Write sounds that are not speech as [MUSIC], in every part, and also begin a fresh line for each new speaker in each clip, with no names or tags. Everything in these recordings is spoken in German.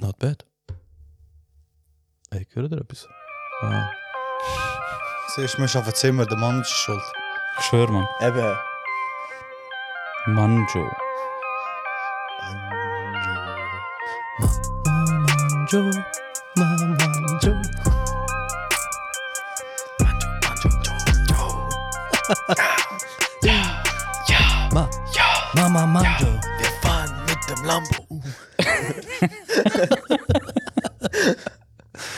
Not bad. Ey, gehört ihr etwas? Ah.
Siehst du, wir arbeiten Zimmer, der Mann ist schuld.
Ich schwöre, Mann.
Eben.
Manjo.
Manjo, Manjo, Manjo, Manjo, Ja, ja, Ma, Ma, Manjo.
Wir fahren mit dem Lambo.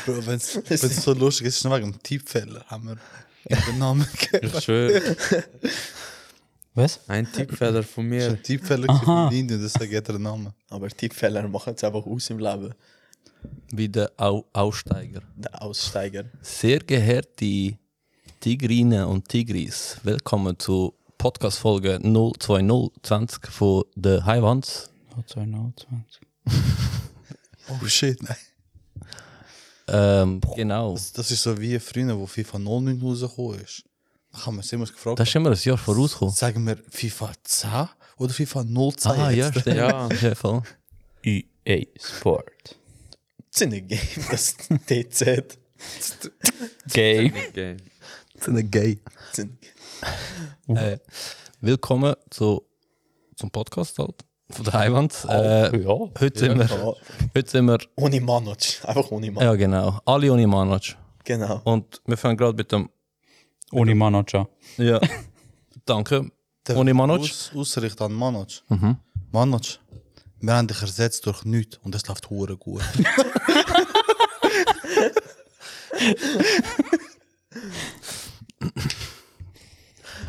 Bro, wenn
[LAUGHS]
es so lustig ist, ist es nur wegen dem Tippfehler. Haben wir
[LAUGHS]
den Namen gegeben.
Ich schwöre. Was?
Ein Tippfehler von
Das ist
mir.
ein Tippfehler
Aha.
in Indien, das sagt jeder Name.
Aber Tippfehler machen es einfach aus im Leben.
Wie der Au Aussteiger.
Der Aussteiger.
Sehr geehrte Tigrinen und Tigris, willkommen zu Podcast-Folge 02020 von The Highwans.
2020.
Oh shit, nein.
Ähm, genau.
Das, das ist so wie früher, wo FIFA 09 rausgekommen ist. Da haben wir uns immer gefragt,
Das ist immer ein Jahr vorausgekommen.
sagen wir FIFA 10 oder FIFA 010
Ah, ja,
jetzt?
stimmt.
Ja.
[LAUGHS] ja voll.
EA Sport.
Das ist ein Game, [LAUGHS] das DZ.
Game.
Okay.
sind ein Gay.
Das ist-
Äh, willkommen zu, zum Podcast halt, von der Heimat. Äh,
ja.
heute, sind wir,
Ja,
heute sind wir,
ohne Manoj. Einfach ohne Manoj.
ja genau, alle ohne Manage.
Genau.
Und wir fangen gerade mit dem,
Ohne Manager.
ja, [LAUGHS] danke,
Der
ohne Manage.
Aus, Ausricht an Manoj.
Mhm.
Manoj, wir haben dich ersetzt durch nichts und es läuft
[LAUGHS]
hure gut.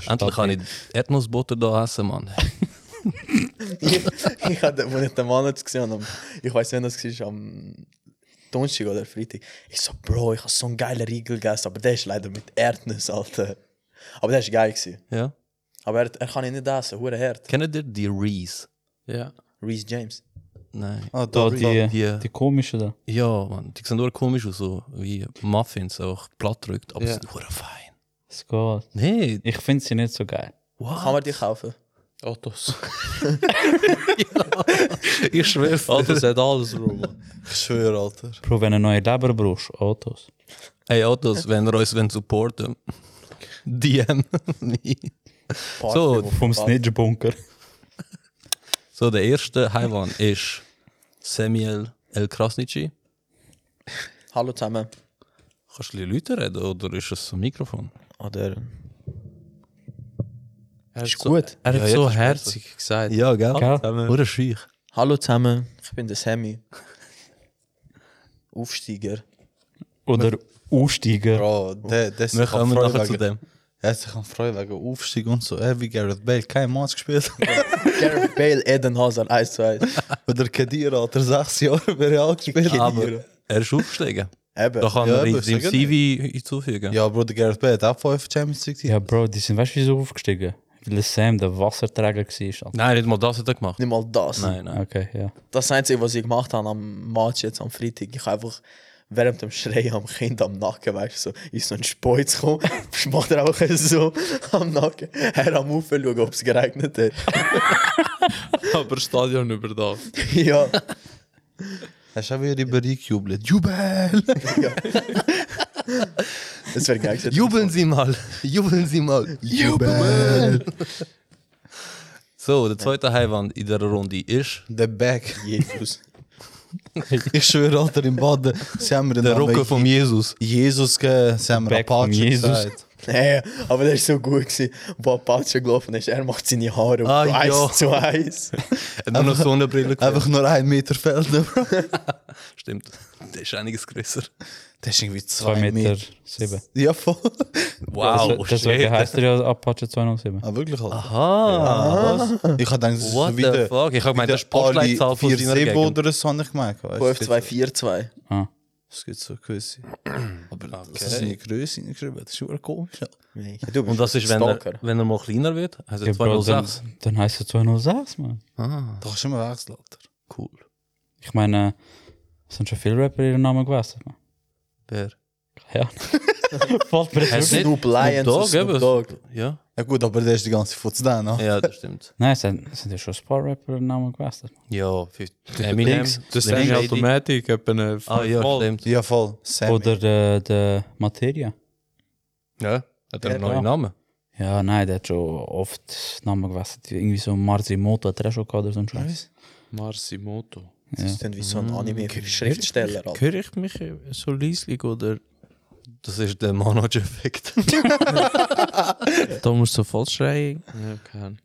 Endlich kann ich Erdnussbutter da essen, Mann.
ich ich hatte, als ich den Manoj gesehen habe, ich weiß nicht, das war am Donnerstag oder Freitag. Ich so, Bro, ich habe so einen geilen Riegel gegessen, aber der ist leider mit Erdnuss, Alter. Aber der war geil. Gewesen.
Ja.
Aber er, er kann ihn nicht essen, hure hart.
Kennt ihr die Reese?
Ja.
Reese James.
Nein.
Ah,
Da die,
die-
die komische da.
Ja, Mann, die sehen nur komisch aus, so wie Muffins, auch platt drückt, aber
Ja.
sie sind hure fein.
Es
[LAUGHS]
geht.
Nee,
Ich finde sie nicht so geil.
Kann man die kaufen?
Autos.
ich schwöre.
Autos hat alles, Bro. Mann.
Ich schwöre, Alter.
Bro, wenn du neue Leber brauchst, Autos.
Hey Autos, wenn ihr uns wollt supporten [LAUGHS] DM.
Party,
So,
wo
Vom
verpackt-
Snitch-Bunker.
so, der erste Haiwan ist Samuel El Krasnici.
Hallo zusammen.
Kannst du ein bisschen lauter reden oder ist es ein Mikrofon?
Oder.
Er
Ist
hat so-
gut.
Er
Ja,
hat so
jetzt ist
herzig gesagt.
Ja, gell?
Gell?
Oder schiech.
Hallo zusammen, ich bin der Sammy. [LAUGHS] Aufsteiger.
Oder Aussteiger.
Bro, der, der ist
Wir kommen nachher zu
wegen,
dem.
er ist sich am Freuen wegen Aufstieg und so. Er wie Gareth Bale, kein Match gespielt. [LAUGHS]
Gareth Bale, Eden Hazard, 1 zu 1.
Oder Kadir, Alter, sechs Jahre bei Real gespielt.
Aber er ist aufgestiegen.
Eben.
Da kann
Ja,
er in
aber
seinem
sag
CV hinzufügen.
Ja, Bro, der Gareth Bale hat auch 5 Champions League.
Ja, Bro, die sind, weißt du, wieso aufgestiegen? Weil der Sam der Wasserträger war. Alter.
Nein, nicht mal das hat er gemacht.
Nicht mal das.
Nein,
[LAUGHS]
nein.
Okay, ja.
Das Einzige, was ich gemacht habe am Match jetzt am Freitag, ich habe einfach während dem Schreien am Kind am Nacken, weißt du, so, ist so ein Speuz [LAUGHS] gekommen, macht er auch so am Nacken, er am Ufer schauen, ob es geregnet hat.
Aber Stadion über das.
ja,
Er ist auch wieder über gejubelt. Jubel!
das wäre geil gewesen.
Jubeln Sie mal! Jubeln Sie mal!
[LAUGHS] Jubel!
So, der zweite Haiwan in der Runde ist
Der Back.
Jesus.
Ich schwöre, Alter, im Baden. Sie haben mir den
der
Namen
Rocke von Jesus.
Jesus gegeben. Sie haben mir
Back von
Apache
Jesus.
gesagt.
Nee, aber der ist so gut gewesen, wo Apache gelaufen ist, er macht seine Haare
Ah,
auf 1
ja.
zu 1.
Er hat nur noch Sonnenbrille gehabt.
Einfach nur ein Meter Felder, Bro.
Stimmt. Der ist einiges größer.
Der ist irgendwie 2
2
Meter.
Meter. sieben.
Ja, [LAUGHS] voll.
Wow,
das, deswegen heißt er ja Apache 207.
Ah, wirklich, Alter.
Aha.
Ich habe gedacht, das ist
What
so wie
the
der...
fuck? Ich habe gemeint,
der
das ist die Postleitzahl von
Ali
seiner
47
Gegend.
oder so, habe ich gemerkt. weißt du.
5-2-4-2.
Ah.
Es gibt so gewisse. Aber okay. das
Okay.
ist eine Größe reingeschrieben. Das ist schon komisch.
Nee, du bist
Und das ist, wenn
Stalker.
er, wenn er mal kleiner wird, also
Ja, Bro, dann,
206.
dann heißt er 206, Mann.
Ah,
Da kannst du immer wechseln, Alter.
cool.
Ich meine, es sind schon viele Rapper ihren Namen gewesen. Mann.
Wer?
Keine Ahnung. Fällt mir jetzt
Hast
wirklich-
Snoop Lions und
Dogg,
Snoop
eben.
Dogg.
Ja.
Ja gut, aber der ist die ganze Futz da, ne?
Ja, das stimmt.
Nein, es sind, es sind ja schon ein paar Rapper-Namen gewesen.
Ja, für [LAUGHS]
Dings, das ist eine Automatik, etwa eine
Dus Ah ja, stimmt.
Ja, voll. Sammy.
Oder der, der Materia.
Ja, hat er
Ja,
einen neuen
klar.
Namen.
Ja, nein, der hat schon oft Namen gewesen. Irgendwie so Marzimoto hat er auch schon gehabt oder so ein Scheiß.
Marsimoto.
Das ist dann wie so ein Anime-Schriftsteller. Alter.
Höre ich mich so leislich oder?
Das ist der Manager-Effekt.
Da musst du so voll schreien. Ja, okay.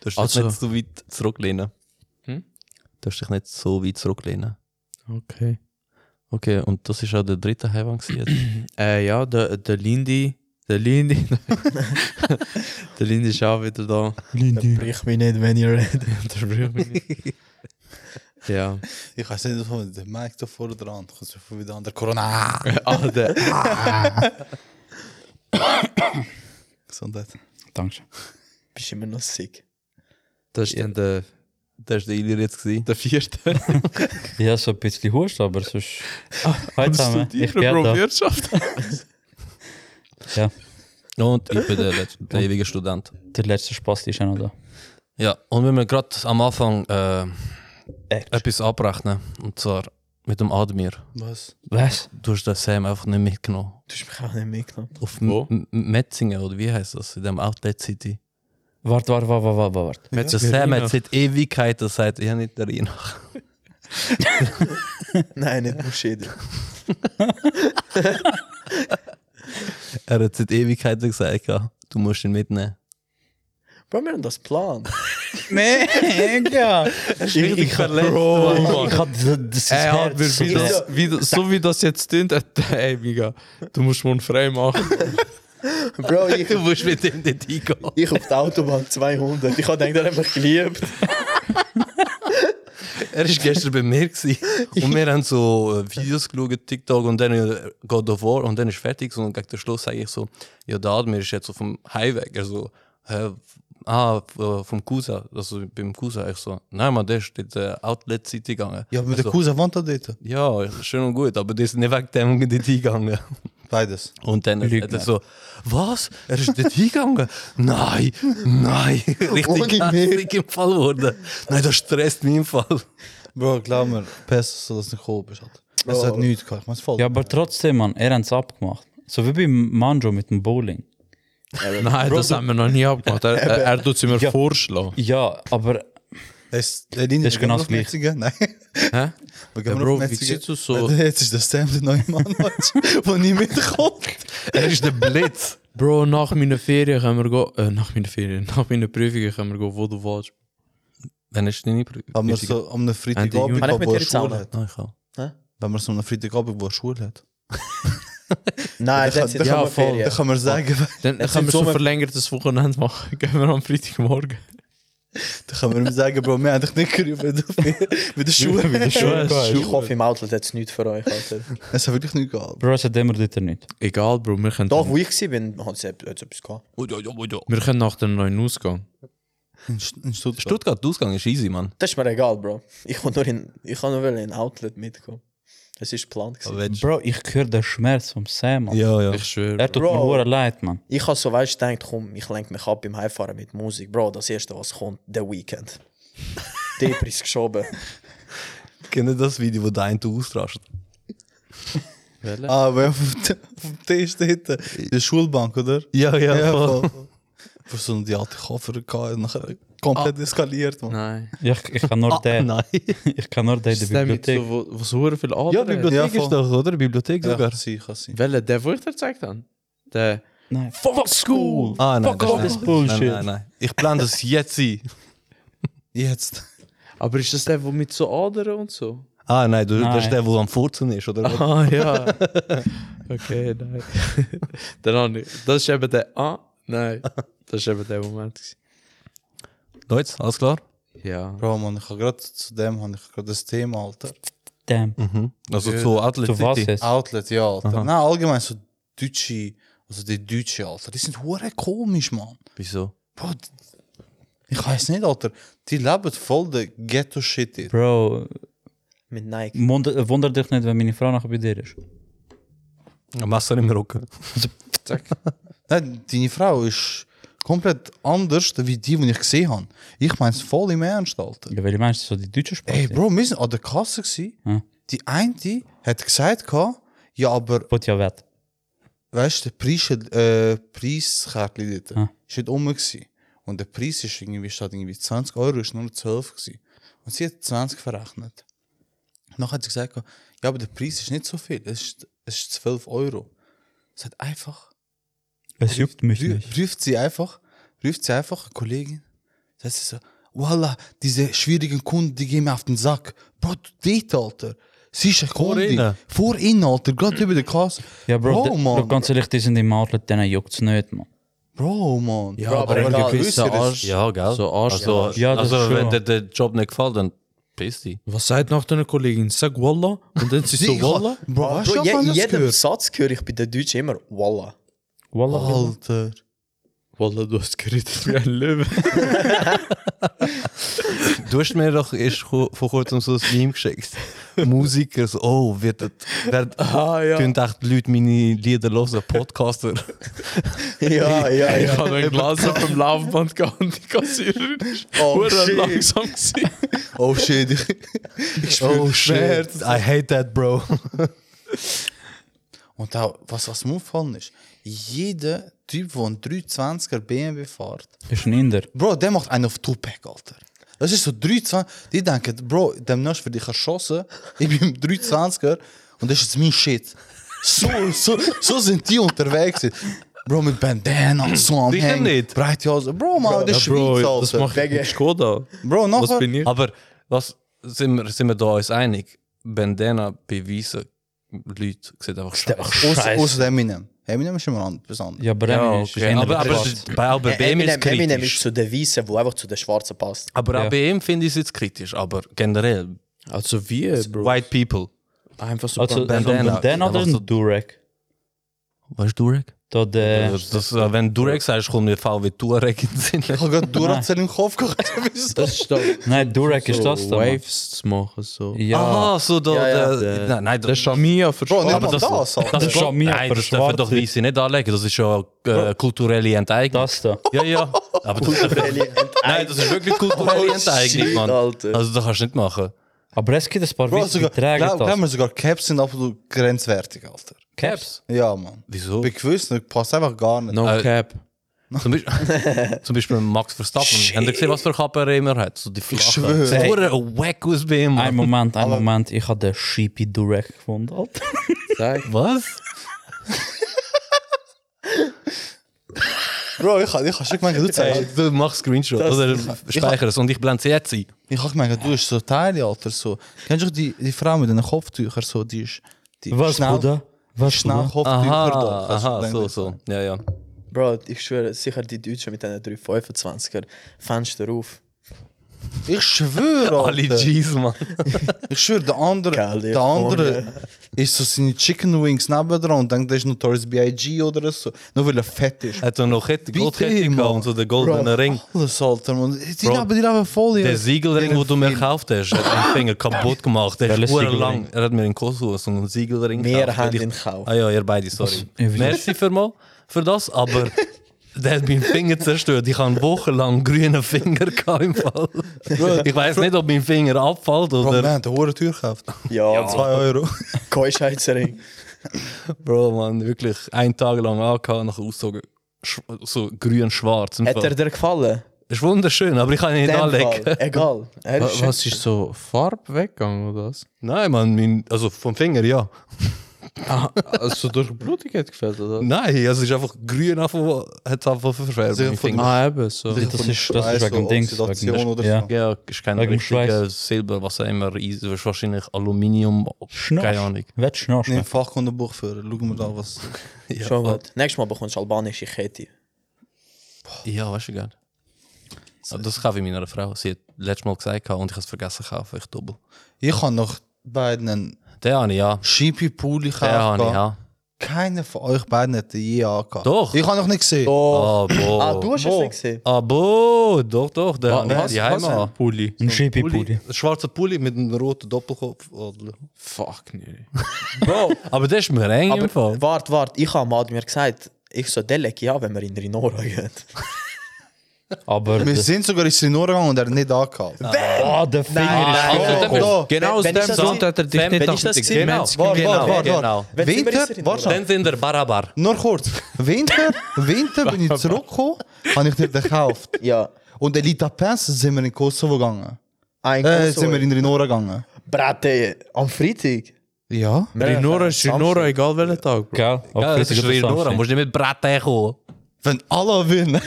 Du darfst
Also-
dich nicht so weit zurücklehnen.
Hm?
Du darfst dich nicht so weit zurücklehnen.
Okay.
Okay, und das war auch der dritte Heimwand. [CLEARS THROAT] gewesen jetzt.
Äh, ja, der, der Lindy. Der [LAUGHS] Lindy. der Lindy ist auch wieder da.
Dann brich mich nicht, wenn ihr redet.
Der Brühl. ja.
Ich weiß nicht, ob der Mike da vorne dran kommt. Ich wieder an der Corona.
[LAUGHS] Ah, der.
Gesundheit.
Dankeschön.
Bist immer noch sick.
Das ist dann der,
das war der Ilir jetzt. gewesen.
der [LAUGHS] vierte.
Ich habe so ein bisschen Hust, aber sonst. Heute zusammen. Ich bin auch
Bro,
da.
Wirtschaft.
Ja,
Und ich bin der, letzte, der ewige Student.
der letzte Spaß ist auch noch da.
Ja, und wenn wir gerade am Anfang äh,
Echt?
etwas abrechnen, und zwar mit dem Admir, Dus
Was?
Was?
du hast den Sam einfach nicht mitgenommen.
Du hast mich auch nicht mitgenommen.
Auf
Wo?
M- M- Metzingen, oder wie heißt das? In dem Outlet City.
Warte, warte, warte, warte, warte,
Der
warte.
Sam hat seit Ewigkeit gesagt, ich habe nicht der Reinach.
Nein, nicht Moschede.
[LAUGHS] Er hat seit Ewigkeit gesagt, ja, du musst ihn mitnehmen.
Bro, wir haben das Plan.
Nee, ja.
Ich, ich,
Bro,
Ich hab das, das
Ey,
Herz
aber wie
so
das, wie, das- so wie das jetzt tönt, hat- ey, Mega, du musst Mund frei machen. [LAUGHS]
Bro, ich,
Du musst mit dem nicht hingehen.
ich auf der Autobahn 200. Ich habe gedacht, er hat mich geliebt.
[LAUGHS] Er war gestern bei mir gewesen. und wir haben so äh, Videos geschaut, TikTok und dann äh, God of War und dann ist fertig. Und gegen den Schluss sage ich so: Ja, der Admir ist jetzt auf dem Highway. Also, hä, ah, f- äh, vom Kusa, also beim Kusa. Ich so: Nein, man, der ist in der Outlet City gegangen.
Ja, aber der
Also-
Cousin wohnt da dort.
Ja, schön und gut, aber die sind nicht wegen dem [LAUGHS] dort hingegangen.
Beides.
Und dann
Lügner.
hat er so: Was? Er ist dort hingegangen? [LAUGHS] Nein,
[LAUGHS]
nein. Richtig
Ohne mich.
hässlich im Fall wurde. Nein, das stresst mich im Fall.
Bro, glaub mir, besser soll das nicht gehoben hat. Es hat nichts gehabt. Ich mein's voll.
Ja, aber trotzdem, Mann, er hat es abgemacht. So wie beim Manjo mit dem Bowling.
Nein, das haben wir noch nie abgemacht. Er, er, er tut es immer
[LAUGHS] Ja.
vorschlagen.
Ja, aber
Es ist nicht
genau das Gleiche.
Nein.
Hä?
Wir
Ja,
gehen
Eh, Bro,
auf
wie
Metzingen.
siehst du
[LAUGHS]
so-
Jetzt ist der Sam der neue Mann, der nicht mitkommt.
Er ist der Blitz.
Bro, nach meiner Ferien können wir go, äh, nach meiner [LAUGHS] Ferien, nach meiner Prüfungen können wir go, wo du willst.
Wenn ist deine
Ah.
Prüfung?
Wenn wir so am einem Freitagabend,
Kann ich mit
wo
dir
er
jetzt auch
Schule
noch?
hat.
Nein, ich auch.
Wenn wir so am Freitagabend, wo er Schule hat.
Nein, das ist
Ja,
ja
voll.
voll.
Dann können wir sagen,
Jetzt im
Dann können wir so ein
Sommer-
verlängertes Wochenende [LAUGHS] machen. Gehen wir am Freitagmorgen.
dann können wir ihm sagen, Bro, wir haben dich nicht gerührt mit der [LAUGHS] Schule.
Mit der Schule.
Ich hoffe, im Outlet hat es nichts für euch. [LAUGHS] Alter.
Es hat wirklich nichts gehabt.
Bro, es hat immer dort nicht.
Egal, Bro, wir können,
Doch, wo ich war, hat es etwas gehabt.
Oh,
wir können nach der neuen Ausgang.
In St- in Stuttgart.
Stuttgart, der Ausgang ist easy, Mann.
Das ist mir egal, Bro. [LAUGHS] Ich wollte nur in, ich kann nur in Outlet mitkommen. Es war geplant. gewesen.
Bro, ich höre den Schmerz vom Sam, Mann.
Ja, ja.
Ich schwöre.
Er tut
Bro.
mir hure leid, Mann.
Ich habe so weißt gedacht, komm, ich lenke mich ab beim Heimfahren mit Musik. Bro, das erste, was kommt, der [LAUGHS] Weekend. Depris geschoben.
kenne das Video, wo der eine ausrastet.
Ah, wenn auf dem- auf dem Tisch steht, in der Schulbank, oder?
Ja, ja, voll.
voll. Für so einen die alte Koffer gehabt, und nachher
Ah.
komplett eskaliert, man.
Nein.
Ja, Ich, ich kann nur den,
Nein.
ich kann nur den in
Das
der
der mit
Bibliothek.
so, wo, wo so hure viel
Ja,
andere
Bibliothek
Ja, voll.
ist doch, oder? Bibliothek
Ja,
sogar.
kann sein, kann sein.
Welcher, der, wo ich dir gezeigt habe? Der.
Nein.
Fuck school!
Ah, nein.
Fuck
das
off,
nein.
das Bullshit.
Nein, nein, nein. Ich plane das jetzt ein.
Jetzt.
Aber ist das der, der mit so Adern und so?
Ah, nein, du, das
Nein.
ist der, der am Furzen ist, oder?
[LAUGHS] Ah, [LAUGHS] ja. okay, [LAUGHS] nein. Dann auch nicht. Das ist eben der. Ah, nein. Das ist eben der Moment. gewesen.
Leute, alles klar?
Ja.
Bro, man, ich habe gerade zu dem, habe ich gerade das dus Thema, Alter.
Damn.
Mhm. Also zu Atlet
Zu was
City.
jetzt?
Outlet, ja, Alter. Nein, allgemein so Deutsche, also die Deutschen, Alter, die sind hure komisch, man.
Wieso?
Bro, die- ich weiß nicht, Alter, die leben voll der Ghetto-Shit. dort.
Bro, eh,
Mit Nike.
wonder, wunder dich nicht, wenn meine Frau nachher bei dir ist.
Ein Messer im Rücken.
Zack.
Nein, deine Frau ist komplett anders wie die, die ich gesehen habe. Ich meine es voll im Ernst, Alter.
Ja, weil ich meine, so die deutsche Sprache.
Ey, Bro, oh, wir sind an der Kasse. gsi.
Ja.
Die eine hat gesagt, gehabt, ja, aber
Put ja wett.
weißt du, der Preis, äh, Preiskärtchen dort
Ja.
ist nicht um. gsi. Und der Preis ist irgendwie, statt irgendwie 20 Euro, ist nur 12 gsi. Und sie hat 20 verrechnet. Und dann hat sie gesagt, gehabt, ja, aber der Preis ist nicht so viel, es ist, es ist 12 Euro. Es hat einfach
Es juckt mich
Rü-
nicht.
Ruft sie einfach, ruft sie einfach, eine Kollegin. Sagt sie so, Wallah, diese schwierigen Kunden, die gehen mir auf den Sack. Bro, du dort, Alter. Sie ist eine
Vor
Kundin.
ihnen.
Vor ihnen, Alter, gerade über der Kasse.
Ja, Bro,
Bro,
de-
Mann.
Bro, ganz ehrlich, die sind im Adler, denen juckt es nicht, man.
Bro, Mann.
Bro, aber
wenn
egal,
du
größer
grösser
Arsch.
ist-
Ja, gell?
So Arsch.
also,
Ja, das
also
schon.
wenn dir der Job nicht gefällt, dann piss dich.
Was sagt nach deiner Kollegin? Sag Wallah. Und dann sie [LAUGHS] so
Sie-
Wallah.
Bro,
Bro,
weißt du, was
je,
ich
in
das
jedem
gehört?
Satz höre ich bei den Deutschen immer Wallah.
Wallah.
Alter.
Wallah, du hast [LAUGHS] geredet wie ein Löwe.
Du hast mir doch erst ko- vor kurzem so ein Meme geschickt. Musiker, so, oh, wird das, wird,
Ah, ja.
können echt die Leute meine Lieder hören, [LAUGHS] Podcaster.
[LAUGHS] [LAUGHS] Ja, ja,
Ich
ja.
habe ein Glas auf dem Laufband gehabt und die Kassiererin ist
Oh,
verdammt
shit.
langsam gewesen.
Oh shit. [LAUGHS] ich spüre
Oh shit, I hate that, [LAUGHS] bro.
Und auch, was, was mir aufgefallen ist, jeder Typ, der einen 320er BMW fährt,
Ist ein Inder.
Bro, der macht einen auf Tupac, Alter. Das ist so 23. Die denken, Bro, demnächst werde ich erschossen. Ich [LAUGHS] bin im 23er und das ist jetzt mein Shit. So, so, so sind die unterwegs. Bro, mit Bandana, so am
Sicher
Hängen.
nicht.
Breite Hose. Bro, Mann, das ist Schweiz, Alter.
das macht
Wegen-
mit Skoda.
Bro,
Was
nachher...
bin ich?
Aber was sind wir, sind wir da uns einig? Bandana beweisen, Leute sieht einfach
Der-
scheiße.
Außer außer Eminem. Eminem ist immer anders. besonders.
Ja, Ah, aber
Ja,
Eminem ist
okay.
Inder.
Aber, aber,
Schwarz.
es ist- bei, aber bei ihm ist
Eminem,
es
Eminem ist
kritisch.
zu den Weißen, die einfach zu den Schwarzen passt.
Aber auch
Ja.
bei ihm finde ich es jetzt kritisch. Aber generell,
Also wie, Bro?
white people.
Einfach so
also,
Bandana.
Bandana.
Bandana. Bandana oder
Einfach so-
ein Durek? eh,
Weißt du, Durek?
Da der...
Das, Also, das, äh, wenn du Durek sagst, kommt mir V wie Durek in den Sinn.
Ich
[LAUGHS]
habe gerade Duracell im Kopf gehabt.
Das ist doch
Nein, Durek ist das da, Mann.
Waves zu machen, so.
Ja.
Aha, so da.
Ja, ja.
der, nein, nein,
Der Shamia für
Bro, nicht
Schwarz.
mal das, Alter.
Das ist schon mir
Nein,
für
das dürfen
Schwarze.
doch Weiße nicht anlegen, das ist ja äh, kulturelle Enteignung.
Das da.
[LAUGHS] Ja, ja. Aber das [LAUGHS] nein, das ist wirklich kulturelle
Oh,
Enteignung,
shit,
Mann.
Alter.
Also das kannst du nicht machen.
Aber es gibt ein paar
Bro,
Witze, die
sogar,
tragen
Nou,
glaub, glaub
das.
mir, sogar Caps sind absolut grenzwertig, Alter.
Caps?
Ja, Mann.
Wieso?
Bei gewissen passt einfach gar nicht.
No
Äh,
cap.
Zum Beispiel, zum Beispiel Max Verstappen. Habt ihr gesehen, was für Kappe er immer hat? So die Flache.
schwöre.
Das ist nur ein Wack aus bei ihm, Mann.
Ein Ah, Moment, ein Moment. Ich habe den Sheepy Durek
[LAUGHS]
gefunden, Alter.
Zeig.
Was?
Bro, ich habe ich hab schon
[LAUGHS]
gemeint, du zeigst.
Ey, Äh, du machst Screenshot oder speicher es und ich blende es jetzt ein.
Ich habe gemeint, du hast so Teile, Alter, so. Kennst du die, die Frau mit den Kopftüchern, so, die ist... Die
Was,
schnell,
Bruder? Was,
Schnell
Bruder?
Kopftücher da.
Aha,
Kannst du
aha,
denken.
so, so. Ja, ja.
Bro, ich schwöre, sicher die Deutschen mit diesen 325er Fenster auf.
[LAUGHS]
Ich schwöre,
Ali
Alter.
G's,
[LAUGHS]
Mann.
Ich schwöre, der andere,
California.
der andere ist so seine Chicken Wings nebendran und denkt, der ist Notorious B.I.G. oder so. Nur weil er Nou, fett ist.
Hat er noch Kette, Goldkette
Mann.
gehabt und so den goldenen Ring.
Alles, Alter, man. Die
Bro,
leben, die leben voll, ja.
Der Siegelring, den du mir gekauft hast, hat meinen Finger kaputt gemacht. Der
Welches
ist verdammt
Siegelring?
lang. Er hat mir in Kosovo so einen Siegelring
Wir
gekauft.
haben
Ich-
ihn gekauft.
Ah ja, ihr beide, sorry.
Ja, wieso?
Merci für, mal, für das, aber der hat meinen Finger zerstört. Ich habe wochenlang grünen Finger gehabt im Fall. Ich weiß nicht, ob mein Finger abfällt
Bro, man,
oder...
hat eine hohe Tür gekauft.
Ja,
Zwei
ja.
Euro.
[LAUGHS] Keuschheitsring.
Bro, man, wirklich einen Tag lang ah, angehabt, nachher ausgezogen. Sch- So grün-schwarz. im
Hat er
Fall.
dir gefallen?
Ist wunderschön, aber ich kann ihn nicht
Dem
anlegen.
Fall. Egal. Er ist
Wa-
schön.
Was ist so Farbe weggegangen oder was?
[LAUGHS] Nein, man, mein, also vom Finger, ja.
Also durch Blutigkeit gefällt oder?
Nein, also es ist einfach grün, einfach, hat es einfach verfärbt.
Also
mein
von-
Finger.
Ah, eben so.
Das ist, das
Schweiß
ist wegen dem
oder
Dings.
Oxidation
wegen
oder
der, ja.
so.
Ja, ist kein
Wegen dem
richtiges Silber, was auch immer ist. ist wahrscheinlich Aluminium,
Schnorsch.
keine Ahnung.
Wett Schnorsch,
Nimm
man.
Fachkundenbuch für, schauen wir da, was...
Ja,
Schon gut. Nächstes Mal bekommst du albanische Kette.
ja weißt du, gell. Aber das kaufe ich meiner Frau. Sie hat letztes Mal gesagt gehabt und ich habe es vergessen zu kaufen, ich doppel.
Ich habe noch beiden einen
Der habe ich ja.
Sheepy Pulli gekauft.
Der habe ich ja.
keiner von euch beiden hat die je angehabt.
Doch.
Ich habe noch nicht gesehen.
Oh,
Ah, du
boah.
hast es nicht gesehen.
Ah, boah, doch, doch, der hat die Heimat.
Pulli.
Ein Shippy-Pulli.
Pulli, ein schwarzer Pulli mit einem roten Doppelkopf. Adler.
Fuck, nee.
Bro,
Aber das ist mir eng im Fall.
wart, wart. Ich habe Admir gesagt, ich soll Delek ja, wenn wir in Rinora gehen.
Aber dus,
Wir
das,
sind sogar in Sinor gegangen und er hat nicht angehabt.
oh, der Finger ist
nein,
abgekommen.
nein. Oh,
Genau aus
wenn- wenn
dem
ich das
Grund
sehe-
hat er dich
wenn-
nicht
wenn
ich das
auf-
sehe-
Genau.
Warte,
Warte,
Genau,
warte, warte,
genau.
warte.
Wenn sie mir
Winter,
das erinnern.
warte schon.
Dann sind der Barabar.
Nur kurz. Winter, Winter bin ich zurückgekommen, habe ich dir den gekauft.
Ja.
Und Elita Pass sind wir in Kosovo gegangen.
Ein
Äh,
Kosovo.
sind wir in Rinora gegangen.
Brate, am Freitag.
Ja.
Rinora ist Rinora, egal welchen Tag, Bro.
Gell? Auf
Ja, das ist
Freitag oder
Rinora,
Samstag.
musst nicht mit Braten kommen.
Wenn alle winnen.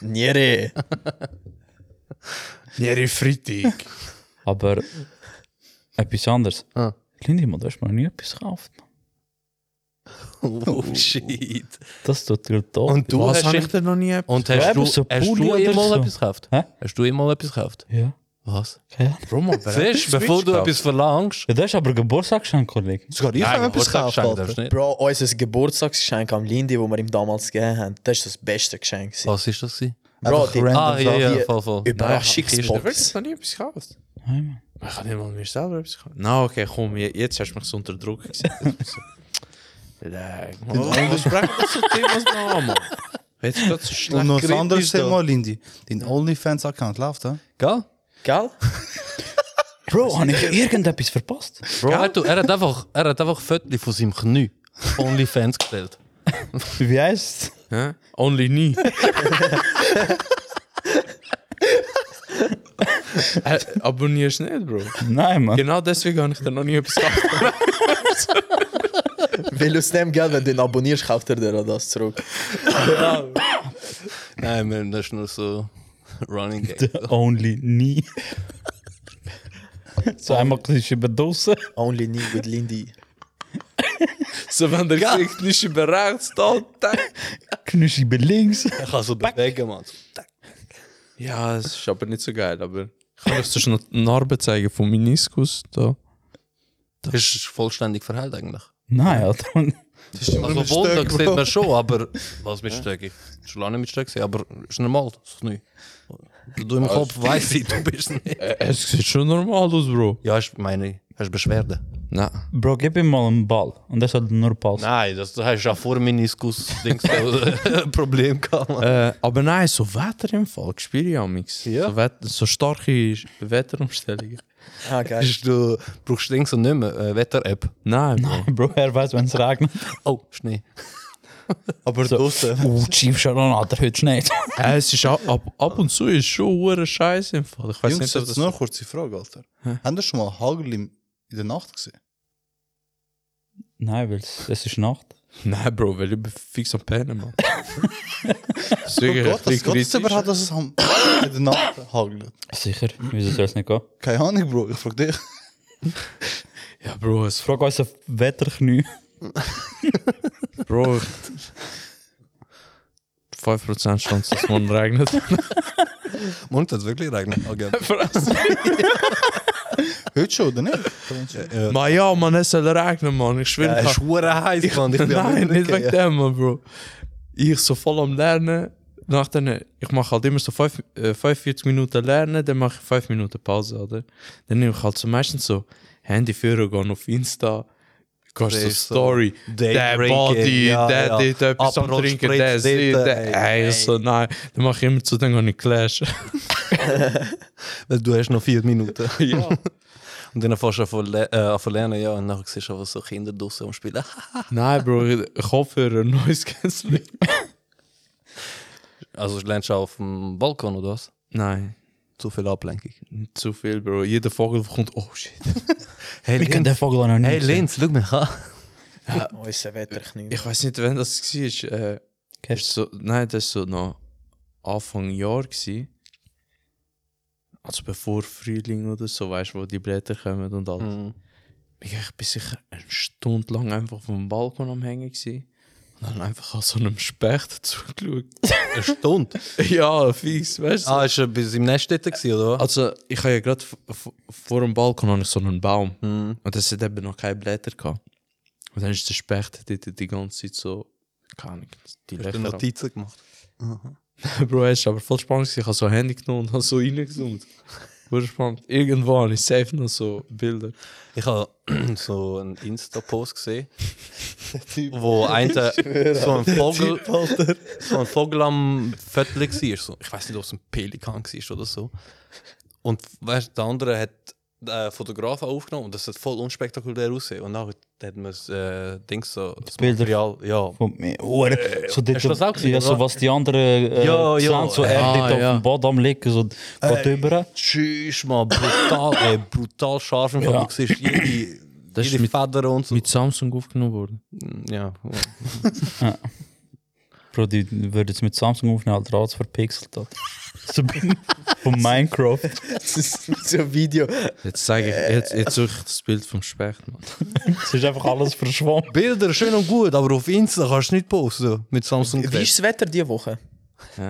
Niere.
Jere Freitag.
Aber etwas anderes.
Ah.
Lindemann, du hast mir nie etwas gekauft.
Oh, shit.
Das tut dir tot.
Und du
Was
hast
habe ich denn noch nie etwas?
Und hast
Ja,
du,
eben so
hast
Pulli
du
oder
einmal
so.
etwas gekauft?
Hä?
Hast du einmal etwas gekauft?
Ja.
Was?
Keine Ahnung.
Bro, man, wer hat
Siehst
Switch
du, bevor du
gekauft?
etwas verlangst,
Ja, das ist aber Geburtstagsgeschenk, Kollege.
Sogar ich habe etwas gekauft.
Geburtstagsgeschenk darfst
Alter.
du nicht.
Bro, unser Geburtstagsgeschenk am Lindy, das wir ihm damals gegeben haben, das ist das beste Geschenk. gewesen.
Was ist das? gewesen?
Bro, E
Einfach
die
random
Ah, ja,
Sachen.
ja,
die-
voll, voll.
Ah,
Überraschungsbox.
Ja,
Wer hat noch nie etwas gekauft?
Nein, Mann.
Ich habe nicht mal mir selber etwas gekauft. Na, okay, komm, Nou, je- jetzt hast du mich so unter Druck gesetzt. Leck, Mann. Wir sprechen das so Themas noch an, Mann. [LAUGHS] Jetzt ist das so schlecht.
Und noch das
geredet,
andere
ist da.
Thema, "Oh, Lindy. Dein OnlyFans-Account läuft, hä?
Gell?
Gell?
Bro, habe ich irgendetwas verpasst?
Bro, hat du- er hat einfach, er hat einfach Fötli von seinem Knie auf OnlyFans gestellt.
Wie heißt
Hä? Only nie. äh, abonnierst nicht, Bro.
Nein, Mann.
Genau deswegen habe ich dir noch nie etwas gekauft.
Weil aus dem Geld, [LAUGHS] wenn du ihn abonnierst, kauft er dir auch das zurück.
[LAUGHS] Nein, man, das ist nur so [LAUGHS] Running [LAUGHS] Gag.
Only nie. so einmal ist über draußen.
Only nie with Lindy.
so, wenn der Gesicht nicht über rechts steht, dann...
Knusch über links.
Ich kann so bewegen, Mann.
Ja, es ist aber nicht so geil, aber... Ich kann euch sonst noch die Narbe zeigen vom Meniskus da.
Das ist vollständig verheilt eigentlich.
Nein, Alter.
Also Wunder sieht man schon, [LAUGHS] aber was mit Stöcke? Schon lange nicht mit Stöcke, aber ist normal, das ist neu. Du im Kopf weißt, du bist nicht.
Äh, Es sieht schon normal aus, Bro.
[LAUGHS] Ja, ich meine, hast Beschwerden?
Na.
Bro, gib ihm mal einen Ball. Und das hat nur Pass.
Nein, das hast du ja vor Meniskus-Dings [LAUGHS] Problem gehabt. Mann.
Äh, aber nein, so Wetter im Fall, spüre ich amix.
Ja.
So, Wet- so starke Wetterumstellungen.
Ah, geil.
Hast Du brauchst Dings und nicht mehr äh, Wetter-App.
Nein, Bro.
Bro, er weiß, wenn es regnet.
Oh, Schnee.
Aber draußen.
Uh, Chief Sharon, Alter, heute schneit.
Äh, es ist ab, ab, ab und zu ist schon hure Scheiße im Fall. Ich weiß
Jungs,
nicht, ob
jetzt
das
nur eine kurze Frage, Alter. Haben ihr schon mal Hagel im- in der Nacht gesehen?
Nein, weil es es ist dus Nacht.
Nein, Bro, weil ich bin fix am Pennen, [LAUGHS] Mann. Deswegen
Gott, das
ich bin
Gott ist
kritisch.
überhaupt, dass es am- in der Nacht hagelt.
Sicher. Wieso soll es nicht gehen?
Keine Ahnung, Bro, ich frag dich.
Ja, Bro, es,
Frag uns auf Wetterknie.
[LAUGHS] Bro. 5% Chance, dass man regnet.
Mund hat wirklich regnet. [LAUGHS] Okay.
Heute schon, oder nicht?
Ma ja, man, es soll regnen, Mann. Ich schwöre, ich
Es ist
hab-
schwer [LAUGHS] heiß, Mann. Ich bin am
Nein, nicht
Überlegen,
wegen dem, Mann, Bro. Ich so voll am Lernen. eh, Nach den, ich mache halt immer so fünf, äh, 45 Minuten Lernen, dann mache ich 5 Minuten Pause, oder? Dann nehme ich halt so meistens so Handy führen, gehen auf Insta, gehst so
Das ist so
Story,
Day
der
drinking,
Body,
ja,
der
ja.
dort etwas am
Aperol
Trinken,
Spritz,
der sieht,
dort,
der,
ey,
ey, ich so, nein. Dann mache ich immer zu, dann gehe ich Clash. [LAUGHS]
Weil du hast noch vier Minuten. [LAUGHS] ja. Und dann fährst du an von le- äh, an von lernen, ja, und nachher siehst du einfach so Kinder draußen am [LAUGHS] Spielen.
nein, Bro, Kopfhörer, Noise [LAUGHS] Cancelling.
Also lernst du auch auf dem Balkon oder was?
nein,
Zu viel Ablenkung.
nicht zu viel, Bro. Jeder Vogel kommt, oh shit.
Hey,
Ich kann den Vogel auch noch nicht.
Hey
sehen.
Lenz, schau mich an.
Unser Wetterknie.
Ich weiß nicht, wann das war. Äh,
Gestern.
Ist so, nein, das war so noch Anfang Jahr. Gewesen. Also bevor Frühling oder so, weißt du, wo die Blätter kommen und alles. Ich war sicher eine Stunde lang einfach vom Balkon am Hängen. Gewesen. Und dann einfach an so einem Specht [LAUGHS] zugeschaut.
Eine Stunde.
ja, fix, weißt du.
[LAUGHS] ah, ist er bis im Nest dort gewesen, oder was?
Also, ich habe ja gerade v- v- vor dem Balkon habe ich so einen Baum.
Mhm.
Und das hat eben noch keine Blätter gehabt. Und dann ist der Specht die, die, die ganze Zeit so, keine Ahnung, die
Hast du
Löcher. ab-
Notizen gemacht?
[LAUGHS] Bro, es war aber voll spannend. gewesen. Ich habe so ein Handy genommen und habe
[LAUGHS]
so reingezoomt. Wurde spannend. Irgendwann ist safe noch so Bilder.
Ich habe [CLEARS THROAT] so einen Insta-Post gesehen, wo ein, so ein Vogel, so ein Vogel am Viertel war. So, ich weiß nicht, ob es ein Pelikan war oder so. Und weißt, der andere hat den Fotografen aufgenommen und das hat voll unspektakulär ausgesehen. Und nachher hat man das äh, Ding so, das
Bilder.
Material, ja.
Von mir. Oh, er-
Eh,
so dit,
hast du das auch gesehen,
ja, so
oder?
was die anderen äh,
Ja, ja.
sahen, so er
Ah,
dit auf
ja.
dem Bad am liegen, so wat über.
Tschüss, man, brutal, ey, brutal scharf. im Fall.
Ja.
Du siehst jede,
Das ist
jede
mit-
Feder und so.
Mit Samsung aufgenommen worden.
ja.
Bro, die würden jetzt mit dus Samsung aufnehmen, Alter, alles verpixelt. Alter. So [LAUGHS] von Minecraft.
[LAUGHS] so ein Video.
Jetzt zeige ich,
Äh.
jetzt, jetzt suche ich das Bild vom Specht, Mann.
Es ist einfach alles verschwommen.
Bilder schön und gut, aber auf Insta kannst du nicht posten mit Samsung.
Wie ist das Wetter diese Woche?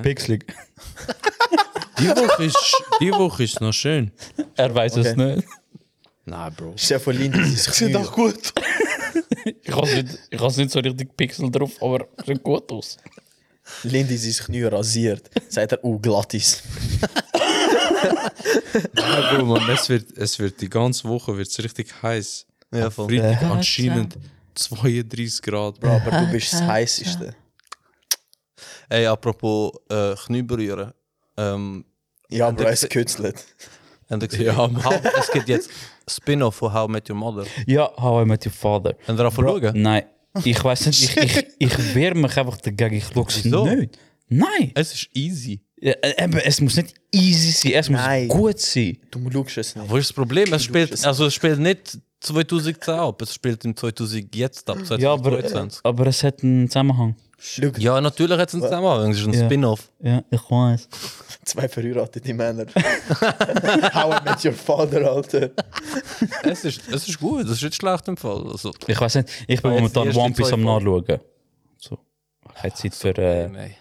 Pixelig.
Die Woche ist, die Woche ist noch schön.
Er dus weiß es nicht.
Nein, Bro.
Chef von Lindy, das
[LAUGHS] Sieht doch gut.
Ich has nicht, ich has nicht so richtig Pixel drauf, aber es sieht gut aus.
Lindy sein Knie rasiert. Sagt er, oh, glatt ist.
Nein, Bro, Mann. Es wird, es wird die ganze Woche wird's richtig heiß.
Ja, voll. Äh.
Freitag anscheinend 32 Grad, Bro.
Aber du bist das heißeste.
Ey, apropos äh, Knie berühren. Ähm,
Ja, Bro, es kützelt.
und ich ja, how, es gibt jetzt Spin-off von How I Met Your Mother.
Ja, How I Met Your Father.
Und darauf schauen?
Nein, ich weiß nicht, ich, ich, ich wehre mich einfach dagegen. Ich schaue es
Wieso?
nicht. Nein.
Es ist easy.
Ja, eh, eben, es muss nicht easy sein, es muss
Nein.
gut sein.
Du schaust es nicht.
Wo ist das Problem? Es spielt, also es spielt nicht 2010 ab, es spielt im 2000 jetzt ab,
Ja, aber,
2022.
aber es hat einen Zusammenhang.
Schau,
Ja, natürlich hat es einen Zusammenhang, es ist ein
Ja.
Spin-off.
Ja, ich weiß.
zwei verheiratete Männer. [LAUGHS] How I met your father, Alter.
Es ist, es ist gut, es ist nicht schlecht im Fall. Also,
Ich weiß nicht, ich bin
Ah, jetzt die
momentan
erste
One Piece
zwei
am Nachschauen. So. Keine Zeit für äh,
nein.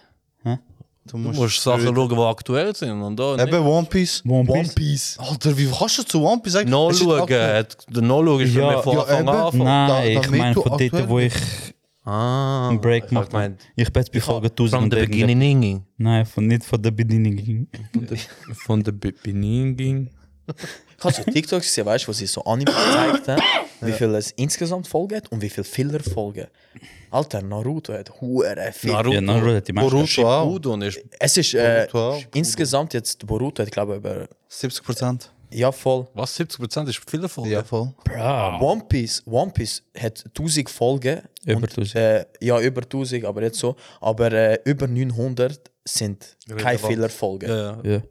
Du
Du musst Sachen schauen, die aktuell sind und da nicht.
Eben One Piece.
One Piece.
Alter, wie kannst du zu One Piece sagen? Es ist
Nachschauen,
aktuell.
hat- der Nachschauen ist
Ja,
ja, mir von
ja,
Anfang an.
eben.
Nein,
Also, Da-
ich
damit
meine
du
von dort,
aktuell Also,
wo ich
Ah,
einen Break
ich hab
gemacht habe.
gemeint,
Ich bin jetzt bei Folge 1000.
From the
und irgend-
beginning.
Nein, von, nicht von der Beginning.
Von der Be- Benin ging.
Ich habe so TikToks gesehen, weißt du, wo sie so Anime gezeigt haben, wie viel es insgesamt Folgen hat und wie viel Filler folgen. Alter, Naruto hat hure viel.
Ja,
Naruto.
Naruto hat die meisten.
Boruto auch.
Udon ist
es ist äh,
Naruto auch.
insgesamt jetzt Boruto hat glaube ich über
70 Prozent.
ja voll.
was 70% ist viel davon.
Ja, voll.
Bro.
One Piece, One Piece hat 1000 Folgen.
Über
und,
1000.
Äh, ja, über 1000, aber jetzt so. Aber äh, über 900 sind keine
Relevant.
Filler-Folgen.
Ja.
Ja.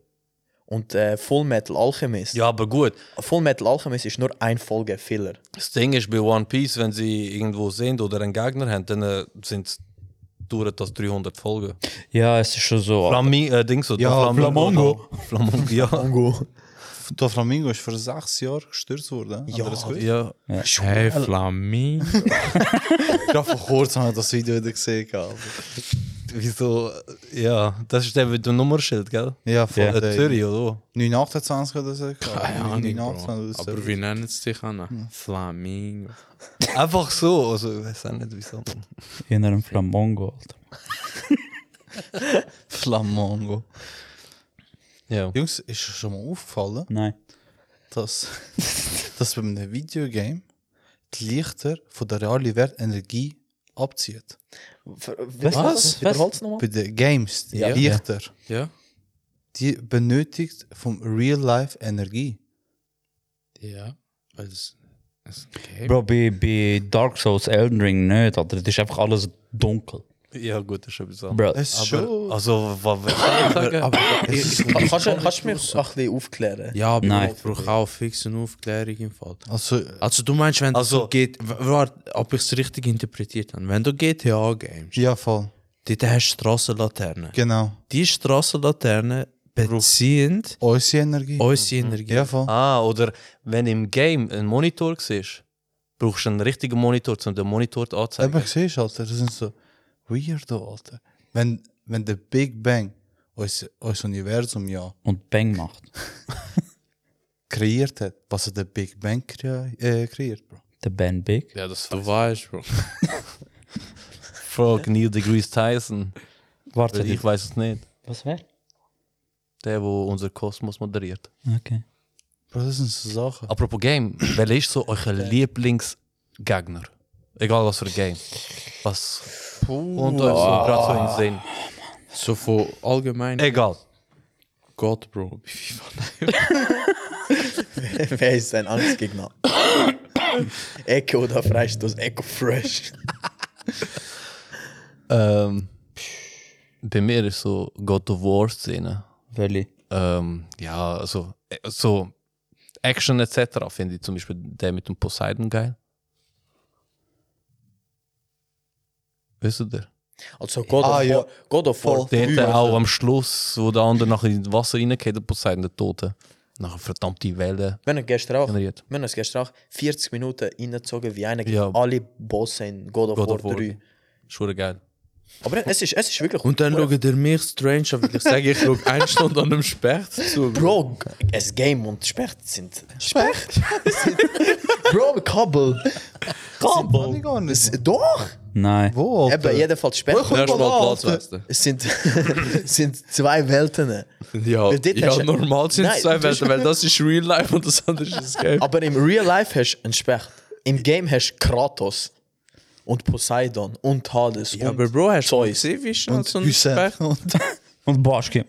Und äh, Full Metal Alchemist.
ja, aber gut.
Full Metal Alchemist ist nur eine Folge Filler.
Das Ding ist bei One Piece, wenn sie irgendwo sind oder einen Gegner haben, dann äh, sind es dauert das 300 Folgen.
ja, es ist schon so.
Flami, äh, Ding so.
Ja,
Flamingo. Flamingo, ja.
Mongo.
Der Flamingo ist vor sechs Jahren gestürzt worden. Habt
Ja,
ihr das gewusst?
ja.
Hey, [LAUGHS] Flamin.
Gerade vor kurzem habe ich das Video wieder gesehen. Alter.
Wieso? Ja, das ist der mit dem Nummernschild, gell?
Ja, voll.
Äh,
Ja.
Zürich, oder?
928 oder so.
Keine Ahnung, Bro.
928 oder
Aber
so.
wie Hm. nennen sie dich an? Flamin.
Einfach so. Also, ich weiß auch nicht, wieso.
In einem Flamongo, Alter.
Flamongo.
Ja.
Jungs, ist euch schon mal aufgefallen,
Nein.
[LAUGHS]
dass, dass bei einem Videogame die Lichter von der realen Wert Energie abzieht?
Was? Wiederhol's nochmal?
Bei den Games, die
Ja.
Lichter,
Ja?
die benötigt vom Real-Life Energie.
Ja. Weil es. es okay.
Bro, bei, bei Dark Souls Elden Ring nicht, Alter. Es ist einfach alles dunkel.
ja, gut, das ist etwas anderes.
Bro.
Es ist schon...
Aber, also, was willst du sagen?
[LAUGHS]
Ka- Kannst du kannst du mich ein bisschen aufklären?
Ja, aber
Nein.
ich brauche auch fix eine Aufklärung im Fall.
Also,
Also du meinst, wenn
Also-
du geht, w- warte, ob ich es richtig interpretiert habe, wenn du GTA games,
ja, voll.
dort hast du Strassenlaternen.
Genau.
Die Strassenlaternen beziehen
Unsere Energie.
unsere Energie.
Ja, voll.
Ah, oder wenn im Game ein Monitor siehst, brauchst du einen richtigen Monitor, um den Monitor anzuzeigen.
Aber siehst du, Alter, das sind so weirdo, Alter. Wenn, wenn der Big Bang unser, unser Universum ja
Und Bang macht.
kreiert hat, was hat der Big Bang kre äh, kreiert, Bro?
der Ben Big.
Ja, das
Du weißt, Bro.
Ähm, Frog Neil deGrasse Tyson.
Warte,
Ich
ich,
weiß es nicht.
was wäre?
Der, wo unser Kosmos moderiert.
Okay.
Bro, das sind so Sachen.
Apropos Game, welcher ist so euer Lieblingsgegner? Egal was für ein Game. Was und euch so gerade so in den Sinn.
So voor allgemein
Egal.
God, Bro. Bij FIFA.
[LAUGHS] Wer ist sein Angstgegner? [COUGHS] Ecke oder Freistoß? Echo Fresh.
Ähm, bei mir ist so God of War Szene.
Welche?
Ähm, ja, also äh, so Action etc. finde ich zum Beispiel der mit dem Poseidon geil. Weißt du der?
Also God of
Ah,
War.
ja.
God of War.
Der hat
Ü-
ja auch am Schluss, wo der andere nachher in das Wasser reingeht, der Poseidon, der Tote. Nachher verdammte Welle
Wir haben gestern auch, wir
generiert.
haben uns gestern auch 40 Minuten reingezogen, wie einer
Ja.
gegen alle Bosse in God of,
God
War,
of War.
3.
Schon geil.
Aber es ist, es ist wirklich.
En dan schauen er meer strange af. Ik zeg, ik schaue één stond aan hem specht zu.
Bro, es Game und Specht sind. Specht? [LAUGHS] Bro, Kabel.
Kann ich
Kabel.
gar nicht.
Doch!
Nein.
Wo, Alter?
Eben, jedenfalls Specht.
Dat is wel
Alter.
plaatswesten.
Es sind, [LAUGHS] es sind zwei Welten.
Ja,
dit is-
ja, normaal zijn
Nee,
het twee
dit is-
westen, want dat is real life en dat anders is game.
Aber im Real Life hast du einen Specht. Im Game hast du Kratos und Poseidon und Hades
Ja,
und
maar bro, hij is
Zeus.
gesehen, wie schnell
Und
so ein [LAUGHS]
Hüsse.
Specht äh,
Und
Und Baschkim.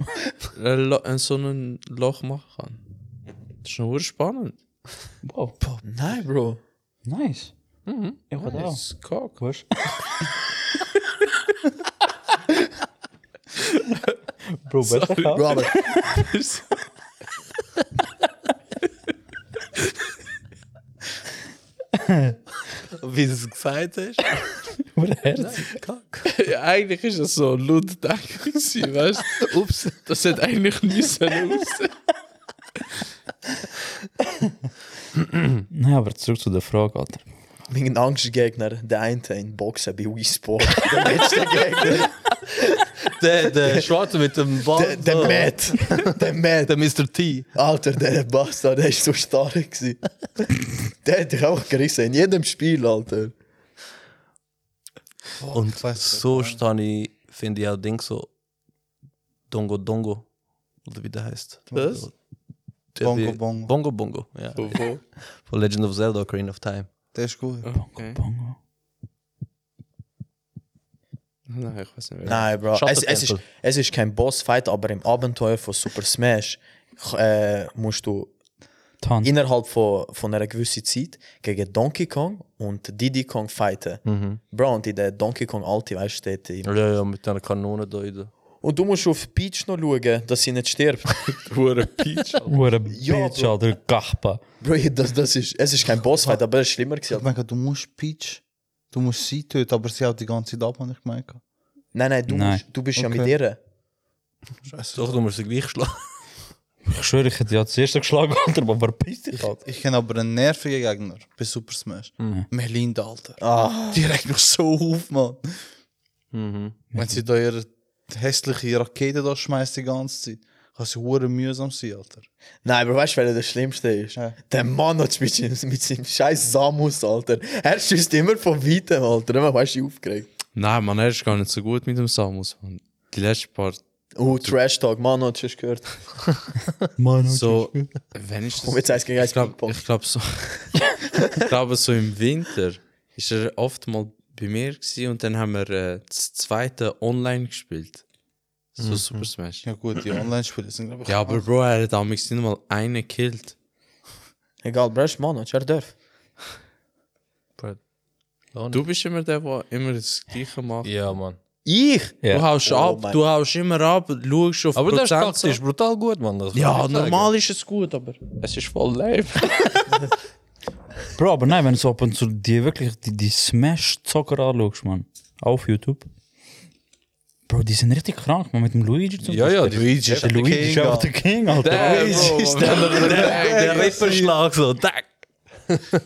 en zo'n loch machen kann. Dat is nou spannend.
Wow.
Nein, Bro.
Nice.
Mhm.
Ich war da.
Dat is kak.
Weißt
[LAUGHS]
Bro, weißt du
Bro, aber
Wie du es gesagt hast.
[LAUGHS] Ja, eigenlijk is dat zo'n loot tactiek, weißt du? Ups, dat zit eigenlijk niet zo aus.
Nein, aber zurück zu der Frage, Alter.
mein Angstgegner, der eine in Boxen bei Wii Sport. [LAUGHS] Der letzte Gegner,
Der, der [LAUGHS] Schwarze mit dem Bart.
der,
Also.
der Matt. Der Matt.
Der Mr. T.
Alter, der Bastard, der ist so stark. Gewesen. Der hat dich auch gerissen, in jedem Spiel, Alter.
Und so stand ich, finde ich auch Ding so. Dongo Dongo. Oder wie der heißt.
Was?
Der-
Bongo
der-
Bongo.
Bongo Bongo, ja. Von Legend of Zelda, Ocarina of Time.
Der ist gut.
Okay.
Bongo.
Nein, ich weiß nicht.
Nein, Bro. Es, es, ist,
Schattentempel.
es ist kein Bossfight, aber im Abenteuer von Super Smash äh, musst du
Tanz.
Mhm. innerhalb von, von einer gewissen Zeit gegen Donkey Kong und Diddy Kong fighten.
Mhm.
Bro, und in der Donkey Kong Alti, weißt du, steht die-
Ja, ja, mit einer Kanone da. in der-
Und du musst auf Peach noch schauen, dass sie
[LAUGHS]
nicht stirbt.
Hure Peach.
Hure
Ja,
Bitch,
Bro.
Alter. Gachpa.
Bro, das, das ist, es ist kein Bossfight, aber es ist schlimmer
Ich
gewesen.
meine, du musst Peach, du musst sie töten, aber sie haut die ganze Zeit ab, habe ich gemeint.
Nein, nein, du,
Nein.
Musst, du bist ja
Okay.
mit ihr.
Doch, du musst sie gleich schlagen.
Ich schwöre, ich hätte ja zuerst geschlagen, Alter, aber verpiss dich,
Ich,
Alter.
ich kenne aber einen nervigen Gegner bei Super Smash. Melinda, Alter.
Ah,
Direkt noch so auf, Mann.
Mhm.
Wenn sie da ihre hässliche Rakete da schmeißt die ganze Zeit, kann sie hure mühsam sein, Alter.
nein, aber weißt du, wer der Schlimmste ist?
Ja.
Der Mann hat mit, seinem- mit seinem scheiß Samus, Alter. Er schießt immer von weitem, Alter. Immer weißt du, aufgeregt.
Nein, man, er ist gar nicht so gut mit dem Samus. man. Die letzten paar.
Oh, Trash Talk, Mann, hast du es gehört?
Mann,
So, wenn ich
Komm, jetzt heißt gegen
Ich
eins
glaube,
Ping-Pong.
ich glaub so. [LAUGHS] ich glaube, so im Winter ist er oft mal bei mir gewesen und dann haben wir äh, das zweite online gespielt. So Super Smash.
Ja gut, die Online-Spiele sind, glaube ich,
Ja, aber Bro, er hat damals nicht mal einen gekillt.
Egal, Bresch, Mann, hast du er darf.
Du bist immer der, der immer das Gleiche macht.
Ja, Mann.
Ich?
Ja.
Du haust
Oh
ab,
mein-
du haust immer ab, schaust auf
Aber der
Prozent-
Stax ist brutal gut, Mann. das kann
Ja,
ich sagen.
normal ist es gut, aber es ist voll live.
Bro, aber nein, wenn du so ab und zu dir wirklich die, die Smash-Zocker anschaust, man. Auf YouTube. Bro, die sind richtig krank, man, mit dem Luigi zum
Ja, ja,
Beispiel.
die Luigi ist
Der Luigi ist einfach der King, Alter.
Bro,
Der, der Rippenschlag so, tack.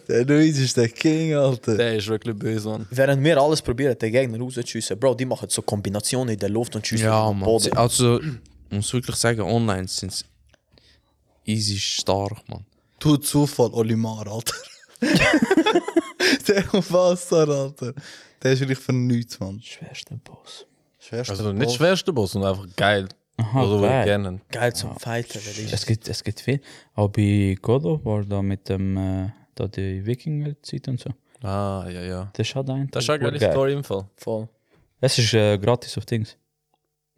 Der Luis ist der King, Alter.
Der ist wirklich böse, Mann.
Während wir alles probieren, den Gegner rauszuschiessen, Bro, die machen so Kombinationen in der Luft und schiessen
Ja,
auf den
man.
Boden.
Also, muss wirklich sagen, online sind sie easy stark, man.
Du Zufall, Olimar, Alter. Der Wasser, Alter. Der ist wirklich für nichts, Mann.
Schwerste Boss.
Schwerste
Also nicht
Boss.
schwerste Boss, sondern einfach geil.
Aha,
Also würde ich
geil.
gerne.
Geil zum Fighten, weil ich.
Es gibt, es gibt viel. Auch bei God of War da mit dem, äh, da die Wikinger-Zeit und so.
Ah, ja, ja.
Das ist halt ein.
Das ist eine geile Story im Fall.
Voll.
Es ist äh, gratis auf Dings.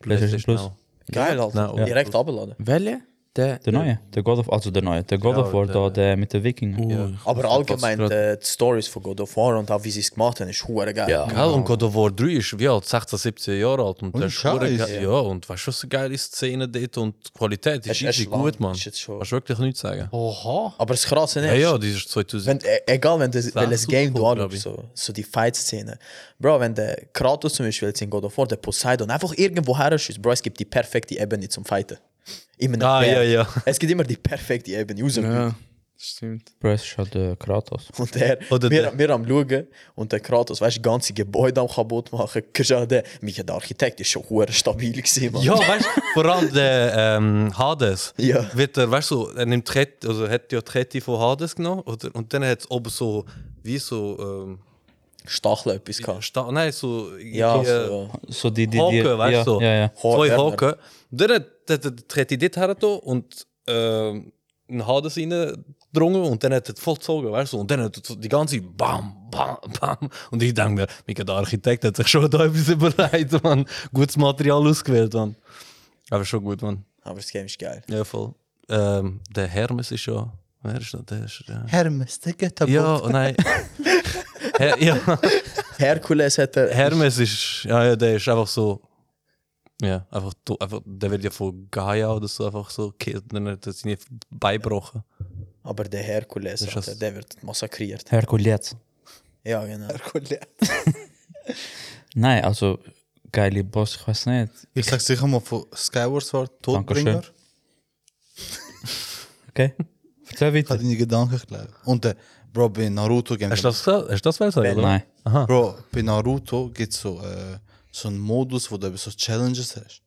PlayStation Plus.
Now.
Geil, Alter.
Ja.
Direkt abladen.
Welche? Der.
Der neue, der God of also der neue, der God
Ja,
of War
der-
da, der mit den Wikingern.
Ja.
Aber allgemein, äh, die Stories von God of War und auch wie sie es gemacht haben, ist hure geil.
Ja.
Geil, und God of War 3 ist wie alt, 16, 17 Jahre alt. Und,
Ohne
der ist hure
Scheiß.
geil. Ja, und weißt du, was eine geile Szene dort und die Qualität ist
Es ist
easy
lang,
gut, Mann.
ist jetzt schon-
Kannst du wirklich nichts sagen.
Oha.
Aber das Krasse
Ja,
ist,
ja, die ist 2000.
wenn, e- egal wenn das, welches
super
Game du
cool,
anschaust, so, so die Fight-Szene. Bro, wenn der Kratos zum Beispiel jetzt in God of War, der Poseidon, einfach irgendwo her schießt, Bro, es gibt die perfekte Ebene zum Fighten. Immer
Ah, ja, ja.
Es gibt immer die perfekte Ebene. Raus
Ja, stimmt.
Press ist halt äh, Kratos.
Und er,
Oder
wir,
der-
wir am Schauen und der Kratos, weißt du, ganze Gebäude am kaputt machen. Kannst du auch den, Michael, der Architekt ist schon hure stabil gewesen, Mann.
Ja, weißt du, vor allem der ähm, Hades.
Ja.
Wird er, weißt du, er nimmt Rett, also hat ja die Rette von Hades genommen oder, und dann hat es oben so, wie so,
Stachel etwas
ähm,
gehabt.
Sta nein, so,
Ja,
irgendwie, äh,
so.
So die, die, die
Haken, weißt
ja,
du?
Ja, ja.
Ho-
zwei
Werner.
Haken. Dann hat hat er die Rette dort her getan und ähm, einen Hades reingedrungen äh, und dann hat er vollzogen, weißt du, und dann hat er so die ganze Bam, Bam, Bam. Und ich denke mir, Mika, der Architekt hat sich schon da etwas überlegt, man. Gutes Material ausgewählt, man. Aber schon gut, man.
Aber das Game ist geil.
Ja, voll. Ähm, der Hermes ist ja. Wer ist das? Der ist, ja.
Hermes, der geht ab.
ja, oh
[LAUGHS]
nein. Her, ja,
Herkules hat er.
Hermes ist. Ja, ja, der ist einfach so. Ja, einfach, to- einfach. Der wird ja von Gaia oder so einfach so gekillt. Dann hat er seine Beine gebrochen.
Aber der
Das
Herkules,
ist
Alter,
das-
der wird massakriert.
Herkules.
Ja, genau.
Nein, also geile Boss, ich weiß nicht.
Ich sag sicher mal von Skyward Sword, Todbringer.
Dankeschön. Okay? Erzähl
Ich hatte
weiter.
deine Gedanken geklaut. Und der, eh, Bro, bei Naruto Game.
Hast du das gesagt? Hast du das gesagt? oder?
Nein.
Bro, bei Naruto gibt es so, äh, so einen Modus, wo du so Challenges hast.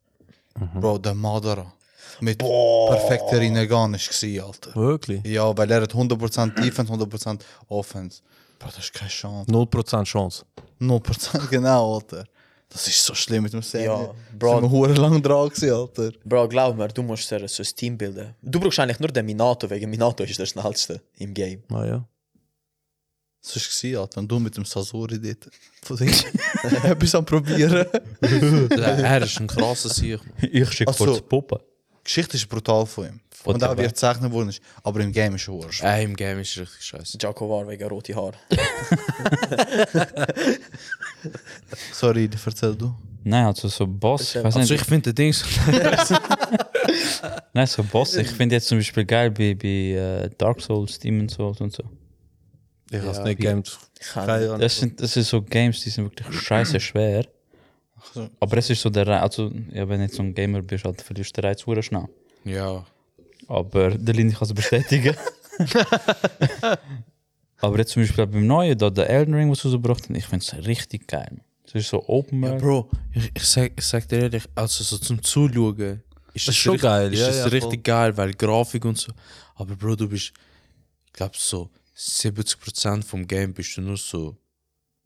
Mhm.
Bro, der Madara. Mit perfekter Rinnegan ist gewesen, Alter.
Wirklich?
Ja, weil er hat 100% Defense, 100% Offense. Bro, das ist keine Chance.
0% Chance.
0% [LAUGHS] genau, Alter. Das ist so schlimm mit dem Serie.
Ja,
Ja,
Bro.
Bro. Sind wir hure lang dran gewesen, Alter.
Bro, glaub mir, du musst dir so ein Team bilden. Du brauchst eigentlich nur den Minato, wegen Minato ist der schnellste im Game.
Ah, ja.
Das ist gewesen, Alter. Und du mit dem Sasori [LAUGHS] dort. Von sich etwas am probieren.
er ist ein krasser Sieg.
Ich schicke
Ach so.
kurz Puppen.
Geschichte ist brutal von ihm.
Von
Und auch
der
wie er
Welt.
gezeichnet worden ist. Aber im Game ist er hure schwach.
Äh, im Game ist richtig scheiße.
Jaco war wegen rote Haar.
Sorry, erzähl du.
Nein, also so Boss, ich weiß
Also
nicht.
ich finde den Dings. [LAUGHS]
Nein, so Boss, ich finde jetzt zum Beispiel geil bei, bei äh, Dark Souls, Demon's Souls und so.
Ich habe es
Ja.
nicht gegamed.
kann
Keine Ahnung.
Das sind, das sind so Games, die sind wirklich scheiße schwer.
so.
Aber es ist so der Reiz, also ja, wenn du jetzt so ein Gamer bist, halt, verlierst du den Reiz hure schnell.
ja.
Aber der Linde kann es [LAUGHS] bestätigen. Aber jetzt zum Beispiel beim Neuen, da der Elden Ring, was rausgebracht haben, ich finde es richtig geil. Es ist so Open World.
Bro, ich, ich, sag, ich sag dir ehrlich, also so zum Zuschauen ist es
schon
richtig,
geil,
Ist
ja,
es
ja,
richtig geil, weil Grafik und so. Aber Bro, du bist, ich glaube, so 70% vom Game bist du nur so,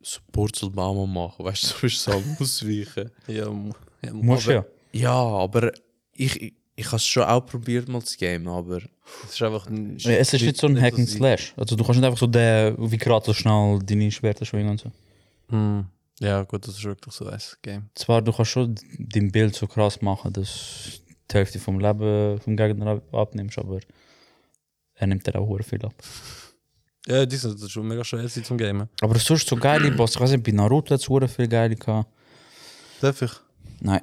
so Purzelbaum machen, weißt du, du bist so am [LAUGHS] Ausweichen.
Ja, mu- ja, mu-
Musst ja.
Ja, aber ich, ich, ich habe es schon auch probiert mal zu gamen, aber
Es ist einfach. ein-
Ja, Es ist nicht so ein Hack and Slash. Also du kannst nicht einfach so der, wie Kratos schnell deine Schwerter schwingen und so.
Hm. Ja, gut, das ist wirklich so ein Game.
Zwar, du kannst schon dein Bild so krass machen, dass du die Hälfte vom Leben vom Gegner ab- abnimmst, aber er nimmt dir auch hure viel ab.
Ja, die sind das ist schon mega schwer sie zum Gamen.
Aber sonst so geile Boss, ich weiß nicht, bei Naruto hat es hure viel geile gehabt.
Darf ich?
Nein.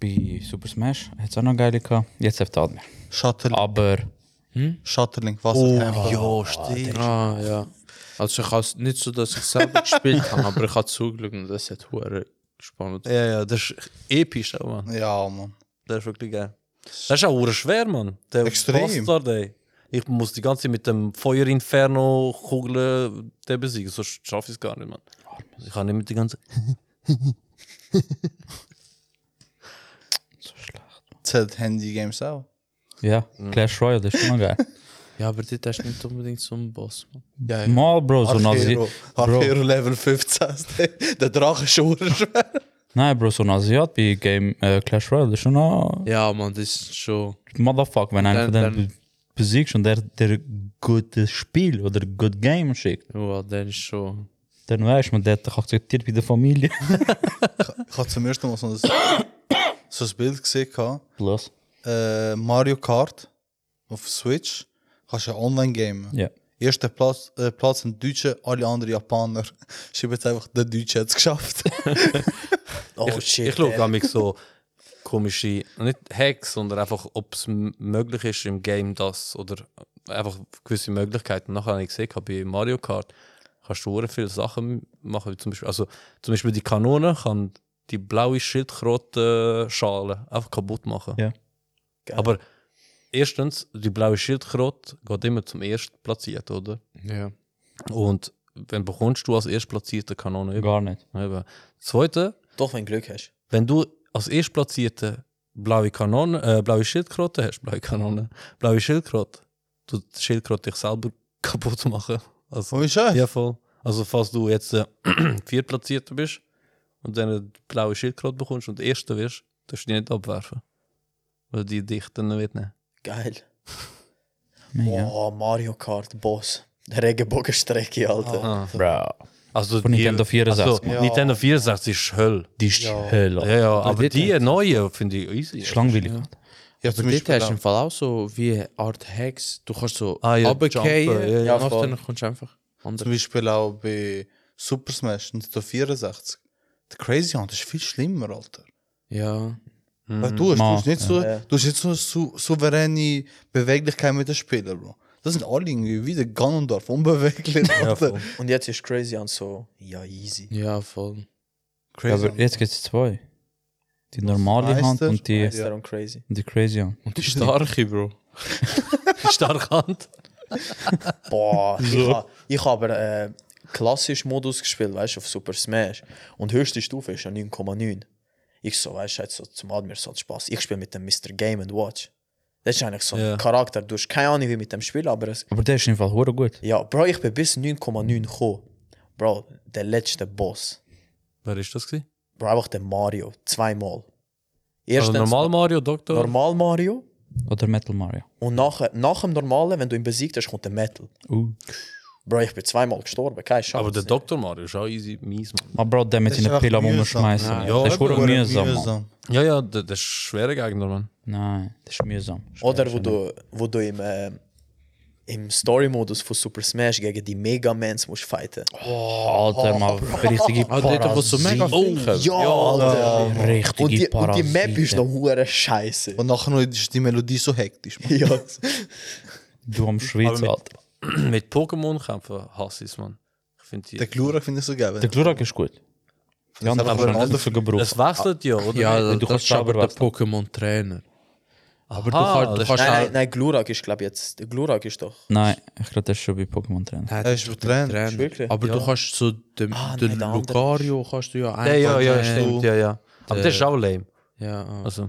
Bei Super Smash hat es auch noch geile gehabt. Jetzt hat er nicht mehr.
Shuttle,
Aber
Shutterlink, Wasserkämpfer.
ja, stimmt.
Ah, ja. Also ich habe nicht so, dass ich selber gespielt habe, aber ich habe zugeschaut und das hat hure spannend.
Ja, ja, das ist episch, auch, Mann.
Ja, Mann.
Das ist wirklich geil. Das ist auch schwer, Mann. Der
Extrem.
Bastard, ey. Ich muss die ganze Zeit mit dem Feuerinferno Kugeln den besiegen, sonst schaffe ich es gar nicht, Mann. Ich kann nicht mit der ganzen.
so schlecht.
Zählt Handy-Games auch?
Ja, Clash Royale, das ist schon mal geil.
Ja, aber dit ist nicht unbedingt so ein Boss, man.
Ja, ja.
Mal, Bro, so Nazi.
Archero, Archero Level [LAUGHS] 15. Der Drache schon. [LAUGHS]
Nein, Bro, so ein Asiat bei Game äh, Clash Royale ist schon ein
Ja, man, das ist schon.
Motherfucker, wenn einer
Dann-
von denen
dann-
besiegst und der, der gutes Spiel oder gut Game schickt,
Ja, dann ist schon.
dann weißt man, der hat dich akzeptiert bei der Familie. [LAUGHS]
Ich habe zum ersten Mal so ein, [COUGHS] so ein Bild gesehen. gehabt.
Los.
Äh, Mario Kart auf Switch. Kannst ja online gamen.
Ja.
Erster Platz, äh, Platz sind Deutsche, alle anderen Japaner. [LAUGHS] Ich habe jetzt einfach, der Deutsche hat es geschafft.
Oh
ich
shit.
ich schaue gar nicht so komische, nicht Hacks, sondern einfach, ob es m- möglich ist im Game das oder einfach gewisse Möglichkeiten. Nachher habe ich gesehen, hab bei Mario Kart kannst du sehr viele Sachen machen, wie zum Beispiel, also zum Beispiel die Kanone kann die blaue Schildkröte-Schale einfach kaputt machen.
Ja.
Geil.
Aber erstens, die blaue Schildkröte geht immer zum Erstplatzierten, oder?
Ja.
Und wenn bekommst du als Erstplatzierter Kanone über.
Gar nicht.
Eben. Zweite,
Doch, wenn du Glück hast.
wenn du als Erstplatzierte blaue Kanone, äh, blaue Schildkröte hast, blaue Kanone, blaue Schildkröte, du die Schildkröte dich selber [LAUGHS] kaputt machen. Also,
Oh, ist das?
ja, voll. Also, falls du jetzt äh, [CLEARS THROAT] Viertplatzierter bist und dann eine blaue Schildkröte bekommst und Erster wirst, darfst du die nicht abwerfen. Weil die dich dann nicht mitnehmen.
Geil.
Mega.
Oh, Mario Kart, Boss. Regenbogenstrecke, Alter.
Ah.
Bro.
Also,
Von Nintendo 64.
Also, Nintendo 64 ist Hölle.
Die ist Hölle.
Ja, ja, aber
dit
die neue finde ich easy.
Ist langweilig.
Ja, zum
Aber dit
Beispiel
hast du im Fall auch so wie eine Art Hex. Du kannst so
Ah, ja,
runterfallen,
jumpen, ja,
ja,
und
voll.
dann kommst du einfach.
Zum
Anders.
Beispiel auch bei Super Smash Nintendo 64. Der Crazy Hunt ist viel schlimmer, Alter.
Ja.
Weil du, hast- du, hast
Ma-
nicht so,
Ja.
du hast nicht so eine sou souveräne Beweglichkeit mit den Spielern, Bro. Das sind alle irgendwie wie der Ganondorf, unbeweglich. Alter.
voll.
Und jetzt ist Crazy und so, ja, easy.
Ja, voll.
Crazy
aber
Hunt.
jetzt gibt es zwei. Die normale
Meister-
Hand und die,
Meister und Crazy.
die Crazy Hand.
Und die starke, Bro.
Stark Hand.
Boah, ich habe ich ha aber äh, klassisch Modus gespielt, weißt du, auf Super Smash. Und höchste Stufe ist ja 9,9. Ich so, weißt du, jetzt so, zum Admir so hat Spaß. Ich spiele mit dem Mr. Game and Watch. Das ist eigentlich so ein
Ja.
Charakter. Du hast keine Ahnung, wie mit dem Spiel, aber es,
Aber der ist im Fall hure gut.
ja, Bro, ich bin bis 9,9 gekommen. Bro, der letzte Boss.
Wer ist das? Gewesen?
Bro, einfach der Mario. Zweimal.
Also, normal Mario, Doktor.
normal Mario.
Oder Metal Mario.
Und nach, nach dem Normalen, wenn du ihn besiegt hast, kommt der Metal.
Uh.
Bro, ich bin zweimal gestorben, keine Chance.
Aber der Dr. Mario ist auch easy mies, Mann.
Maar Ah, bro, der mit
Das ist
seinen
einfach
Pillen muss man
mühsam.
schmeißen.
Ja,
das ist
eben.
hure mühsam, Mann.
Mühsam.
Ja, ja, der, der ist schwerer Gegner, Mann.
Nein, das ist mühsam.
Oh,
Oder wo du, wo du im, äh, im Story-Modus von Super Smash gegen die Megamans musst fighten.
Alter, mal
oh,
richtige
Ah, dit hat so mega
Parasiten.
viel gehabt.
ja, Alter.
Richtige
Und die, und die
Parasiten.
Map ist noch hure scheiße.
Und nachher noch ist die Melodie so hektisch. Mann.
ja.
Du am Schweiz,
mit-
Alter.
Oh, Mit Pokémon kämpfen hasse ich es, Mann. Ich finde die.
Der Glurak finde ich so geil.
Der Glurak ist gut. Die andere
aber ein
aber schon
anderer-
nicht so gebraucht.
das wechselt ja, oder?
Ja,
du
du
kannst
das ist aber
selber
der
wechseln.
Pokémon-Trainer. Aber
Aha,
du
das
kannst, du kannst
Nein, nein,
auch-
nein, Glurak ist, glaube ich, jetzt. Glurak ist doch.
Nein, ich glaube, das ist schon bei Pokémon drin.
Nein,
Er
das
ist
doch
getrennt.
der
Wirklich?
Aber du kannst so den,
Ah,
den
nein, der andere
Lucario kannst du ja
ja, ja, ja,
einbauen.
stimmt, ja, ja. Aber das ist auch lame.
Ja, ah.
Also,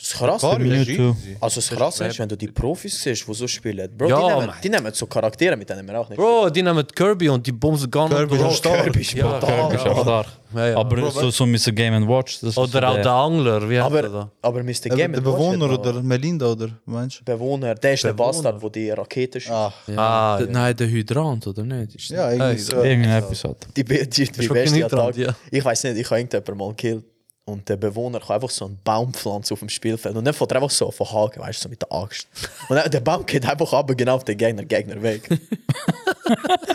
Das Krasse,
Mario ist
Mewtwo.
easy.
also das Krasse ist, wenn du die Profis siehst, die so spielen. Bro,
Ja,
die, nehmen,
Mann.
die nehmen so Charaktere, mit denen wir auch nicht.
Bro, die nehmen Kirby und die bumsen gar nicht.
Kirby ist
durch.
stark.
Kirby ist
ja,
brutal.
Kirby.
Ist auch stark.
Ja, ja.
Aber so, so Mr. Game Watch. Das ist so
Oder auch der Angler, wie heißt der
aber,
da?
aber Mr.
Der,
Game
der
and Watch hat
Bewohner
noch-
oder Melinda oder meinst
Bewohner, der ist
Bewohner.
der Bastard, wo die Rakete schießt.
Ah,
Ja.
Ah,
D-
ja.
Nein, der Hydrant, oder nicht? Ist
ja, irgendwie so.
Irgendein Episode.
Die, be- die, die
schon
beste
genügt dran,
Attacke.
ja.
Ich weiß nicht, ich habe irgendjemanden mal gekillt. Und der Bewohner kann einfach so einen Baum pflanzen auf dem Spielfeld. Und dann fängt er einfach so von Haken, weißt du, so mit der Axt.
[LAUGHS]
Und dann, der nou, Baum geht einfach ab, genau auf den Gegner, Gegner weg.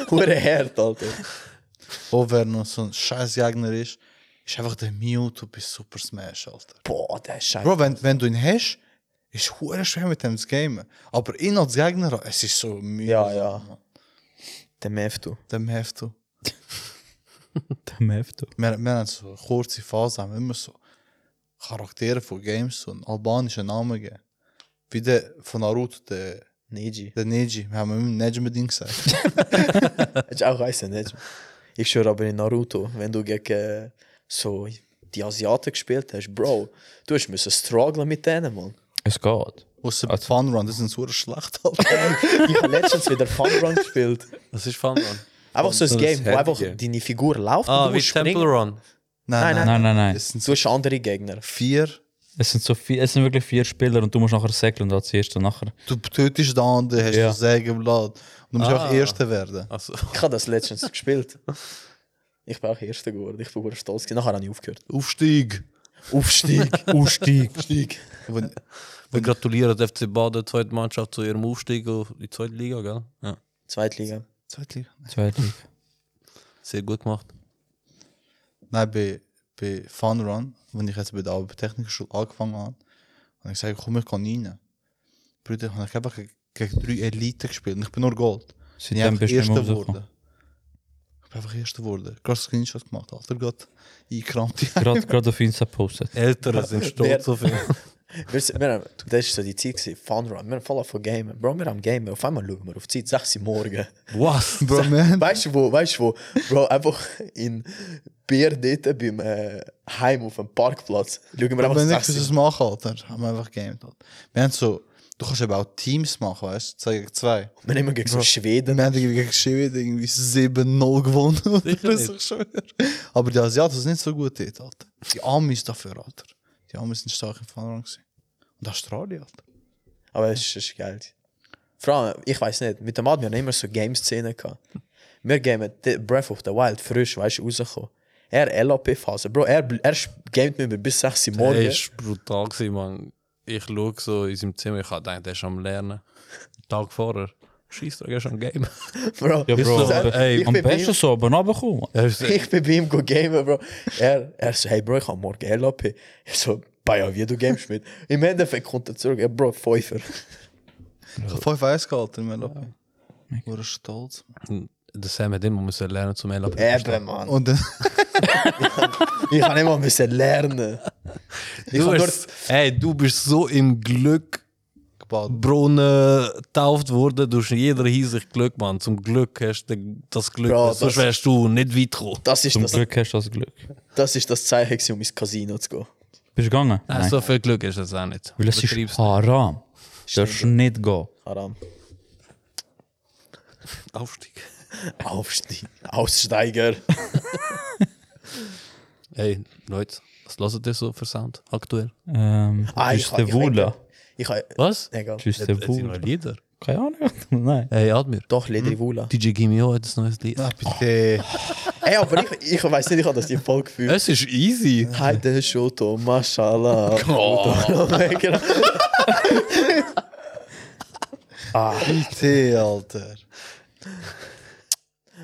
Hure hart, Alter.
Oh, wer noch so ein scheiß Gegner ist, ist einfach der Mewtwo bei Super Smash, Alter.
Boah, der ist scheiße.
Bro, wenn, wenn du ihn hast, ist es schwer mit dem zu gamen. Aber ihn als Gegner, ah, es ist so mühsam.
Ja, ja. Der Meftu.
Der Mewtwo.
Der Mefto.
Wir, wir haben so eine kurze Phase, haben wir immer so Charaktere von Games, so einen albanischen Namen gegeben. Wie der von Naruto, der,
Niji.
der Neji. Wir haben immer Nejmedin
[LAUGHS]
gesagt.
Hättest du auch heißen, nicht? Ich schwöre aber in Naruto, wenn du gegen äh, so die Asiaten gespielt hast, Bro, du hast müssen strugglen mit denen, Mann.
Es geht.
Außer
Also-
Fun Run, das sind so eine Schlacht, Alter.
ich habe letztens wieder Fun Run gespielt.
Das ist Fun Run.
Einfach so ein
So das
Game, wo
Handy
einfach
Game.
deine Figur läuft
Ah,
und
wie
du musst springen.
Temple Run.
Nein, nein.
Nein, nein, nein.
Es sind
Du hast andere Gegner.
vier.
Es sind, so vier, es sind wirklich vier Spieler und du musst nachher säckeln als erster. Nachher.
Du tötest den anderen, hast
Ja.
du Säge im Laden. Und du musst
Ah.
auch Erster werden.
Also,
Ich habe das letztens gespielt. Ich bin auch Erster geworden. Ich bin verdammt stolz. gewesen. Nachher habe ich aufgehört.
Aufstieg.
Aufstieg.
Ausstieg.
Aufstieg.
Wenn-
wir gratulieren der FC Baden, zweite Mannschaft, zu ihrem Aufstieg in die zweite Liga, gell? Ja.
Zweitliga.
Zweite.
Sehr gut gemacht.
Nein, bei, bei Fun Run, wenn ich jetzt bei der Technikschule angefangen habe, habe ich gesagt, komm, ich kann rein. Brüder, habe ich einfach geg- gegen drei Eliten gespielt und ich bin nur Gold. Ich bin
Seitdem
einfach
bist du nicht mehr
Erster
rausgekommen.
geworden. Ich bin einfach Erster geworden. Krass Screenshot gemacht, Alter Gott. [LAUGHS] Eingekramt. Ja.
Gerade gerade auf Insta postet.
Ältere sind stolz auf ihn.
[LAUGHS] Wir, sind- wir, haben- das war so die Zeit, gewesen, Fun Run. Wir haben voll von Gamen. Bro, wir haben Gamen. Auf einmal schauen wir auf die Zeit, 6 Uhr
[LAUGHS]
morgen.
Was?
Bro, man.
Weißt du wo, weißt du wo? Bro, einfach in Bier dort beim äh, Heim auf dem Parkplatz. Schauen wir
Aber wenn
einfach
nichts
6
dus-
was
Uhr.
machen, Alter, haben wir einfach gamed. Alter. Wir haben so, du kannst eben auch Teams machen, weißt du, zwei gegen zwei.
Wir nehmen gegen so Schweden.
Wir haben gegen Schweden irgendwie 7-0 gewonnen. [LAUGHS]
Sicher
Oder so,
nicht.
ich schwöre. Aber die Asiaten sind nicht so gut dort, Alter. Die Amis dafür, Alter. Die Amis sind stark im Fahrer gewesen. Und Australien, Alter.
Aber es ist geil. Vor allem, ich weiß nicht, mit dem Admin haben wir immer so Game-Szenen gehabt. Wir gamen die- Breath of the Wild frisch, weißt du, rausgekommen. Er LAP-Phase. Bro, er, bl- er sp- gamet mit mir bis 6 Uhr morgen.
Ey, ist brutal gewesen, Mann. Ich schaue so in seinem Zimmer, ich hab gedacht, der ist am Lernen. Tag vorher. Scheiß drauf, er ist am Game.
Bro,
Ja, Bro,
so,
aber-
ey,
ich,
Am
bin bei
besten
ihm,
so, aber runterkommen.
Er ist,
ich bin bei ihm go gamen, Bro. Er, er so, hey Bro, ich hab morgen LAP. Ich so, Baja, wie du gamest mit. Im Endeffekt kommt er zurück, er Bro, Pfeifer.
Ich habe 5-1 gehalten im LAP. Ich wurde stolz. Mann.
[LAUGHS] der Sam hat immer müssen lernen zum LAP.
Eben, Mann.
Und dann,
Ich kann immer müssen lernen. Ich
Du,
hab
hast, ey, du bist so im Glück
gebadet.
Brunnen getauft worden. Du hast in jeder Hinsicht Glück, Mann. Zum Glück hast du das Glück.
Bro,
sonst
das-
wärst du nicht weit gekommen.
Das ist
Zum
das,
Glück hast du das Glück.
das ist das Zeichen, gewesen, um ins Casino zu gehen.
Bist du gegangen?
Nein, So viel Glück ist das auch nicht.
Weil es
Übertreib's
ist haram. Du darfst nicht gehen.
Haram.
nicht. Aufstieg.
Aufstieg. Aussteiger.
Ey, Leute, was hört ihr so für Sound aktuell?
Ähm,
Ah,
tschüss,
ich-
der
ich-
Wula.
Ich habe.
Was?
Egal.
Tschüss, der
Jetzt sind noch
Wula.
Lieder.
Keine Ahnung. [LAUGHS] Nein.
Ey, Admir.
Doch, Ledri Wula.
DJ Gimio hat ein neues Lied.
[LAUGHS] Ah, bitte.
Ey, aber ich, ich weiß nicht, ich habe das im Fall gefühlt.
Es ist easy.
Heute Shoto, Mashallah. Oh.
Bitte, Alter.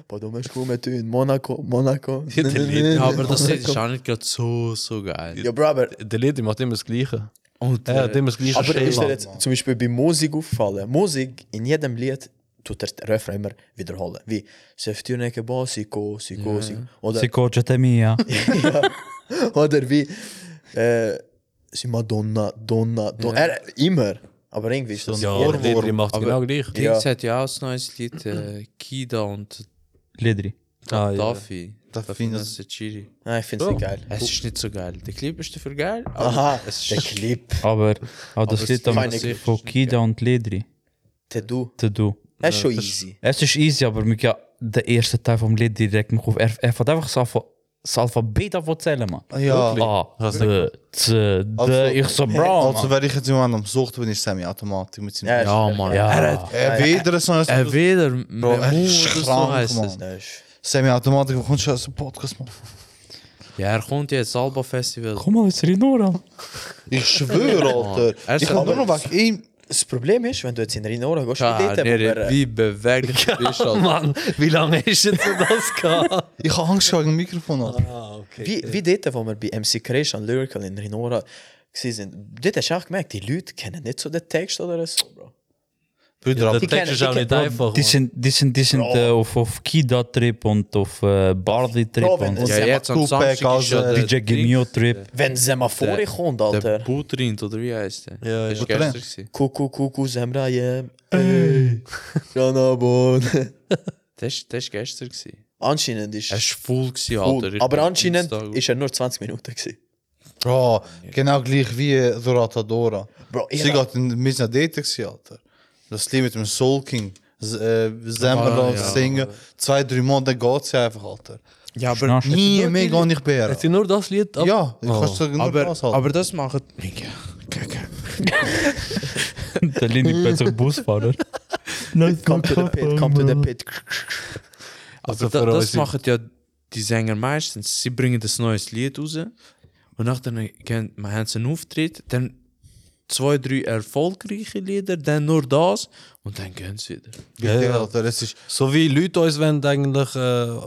Bodo, wir kommen in Monaco, Monaco.
Lied,
Ja, aber das ist auch nicht gerade so, so geil.
Ja, Bro, aber,
Der Lied macht immer das Gleiche.
Und
Er
äh,
hat immer das Gleiche.
aber ist dir
Schema.
jetzt zum Beispiel bei Musik aufgefallen? Musik, in jedem Lied tut der Refrain immer wiederholen. Wie Seftürneke Bo, Siko, Siko, Siko. Oder, [LAUGHS]
Sie geht schon mir, ja.
oder wie äh, sie Madonna, Donna, Donna. Er, immer. Aber irgendwie ist das.
Ja,
jeder-
der Lied macht
aber-
genau gleich.
Ja.
Dings hat ja auch ein neues Lied, äh, Kida und
Ledri.
Ah, ja.
Daffy.
Daffy,
Daffy
das-
das ist Chiri.
Nein, Ah, ich finde es nicht geil.
Es ist nicht so geil. Der Clip ist dafür geil. aber
Aha,
es ist
der Clip,
Aber, aber das
es
Lied
ist
am-
keine
von
Geschichte.
Kida und Ledri.
der du.
Te do.
Er ist schon easy.
Es ist easy, aber mich ja den ersten Teil vom Lied direkt mich auf. Er, er fährt einfach das, Alpha, das Alphabet an von zählen, man.
Ah,
Ah,
Ja.
A,
Hast
B, C, D.
Also-
ich so, bro,
Also,
Oh, man.
wenn ich jetzt jemanden am Sucht bin, ist Sammy automatisch mit seinem.
Ja,
Ja.
Ja, Mann.
Ja.
Er wieder so ein.
Er wieder
Bro,
Memo
er
oder
ist
so
krank,
heißt
Mann.
es.
Er ist-
Sammy automatisch, wo kommst du aus dem Podcast, Mann?
Ja, er kommt jetzt Alba Festival.
Komm mal, was ist Nora?
Ich schwöre, Alter.
Er
Ich
sagt
habe nur
aber-
noch wegen ihm.
Das Problem ist, wenn du jetzt in Rinora gehst,
Ja,
dort, wo wir,
der
äh,
wie beweglich du bist. Alter.
Mann, wie lange ist jetzt das gehabt?
Ich habe Angst vor dem Mikrofon, Alter.
ah, okay.
wie, wie dort, wo wir bei MC Creation Lyrical in Rinora gewesen sind, dort hast du auch gemerkt, die Leute kennen nicht so den Text oder so, Bro.
Brüder,
Der
ab-
Die
Text
kennen-
ist
die
auch
kennen-
nicht einfach.
Die
Mann.
sind, die sind, die sind äh, auf, auf Kida-Trip und auf äh, Bardi-Trip
Bro, wenn
und
es-
Ja, eh, jetzt am
Tupac,
Samstag ist
also,
ja der
DJ Gemio-Trip.
Wenn Semaphore
Der-
kommt,
Der
Alter.
Butrint, oder wie heißt der?
Ja,
Das
ja.
war gestern. gewesen.
Kuku, Kuku, Semrajem. Ey. Janabon.
Das ist das ist gestern. gewesen.
Anscheinend ist
Er war voll, gewesen,
Cool.
Alter. Ich
Aber
bin
anscheinend
Dienstag-
ist er nur 20 Minuten. Gewesen.
Bro, genau gleich wie äh, Doratadora.
Bro,
Sie
ja.
gaat in mis naar dating Alter. Dat is lief met een Soul King. Z- eh, Samba
Ah,
ah,
ja.
zingen. Zwei, drie Monate gaat sie einfach, Alter.
Ja, aber,
Schnasch.
Nie mehr gar nicht
Hat
mehr.
sie nur das Lied ab?
Ja, ich kannst du nur
Oh. aber,
das halten.
aber das macht. Mega. Kacke. eh.
[LAUGHS] Der Linie plötzlich Busfahrer. Nein,
Come to the pit, come to the pit.
Also
Da,
für
das
unsere-
machen ja die Sänger meistens. Sie bringen das neues Lied raus und nachdem gehen- man haben sie einen Auftritt, dann zwei, drei erfolgreiche Lieder, dann nur das und dann gehen sie wieder.
Ja,
Ja, ja.
Alter, es ist.
So wie Leute uns wollen eigentlich äh,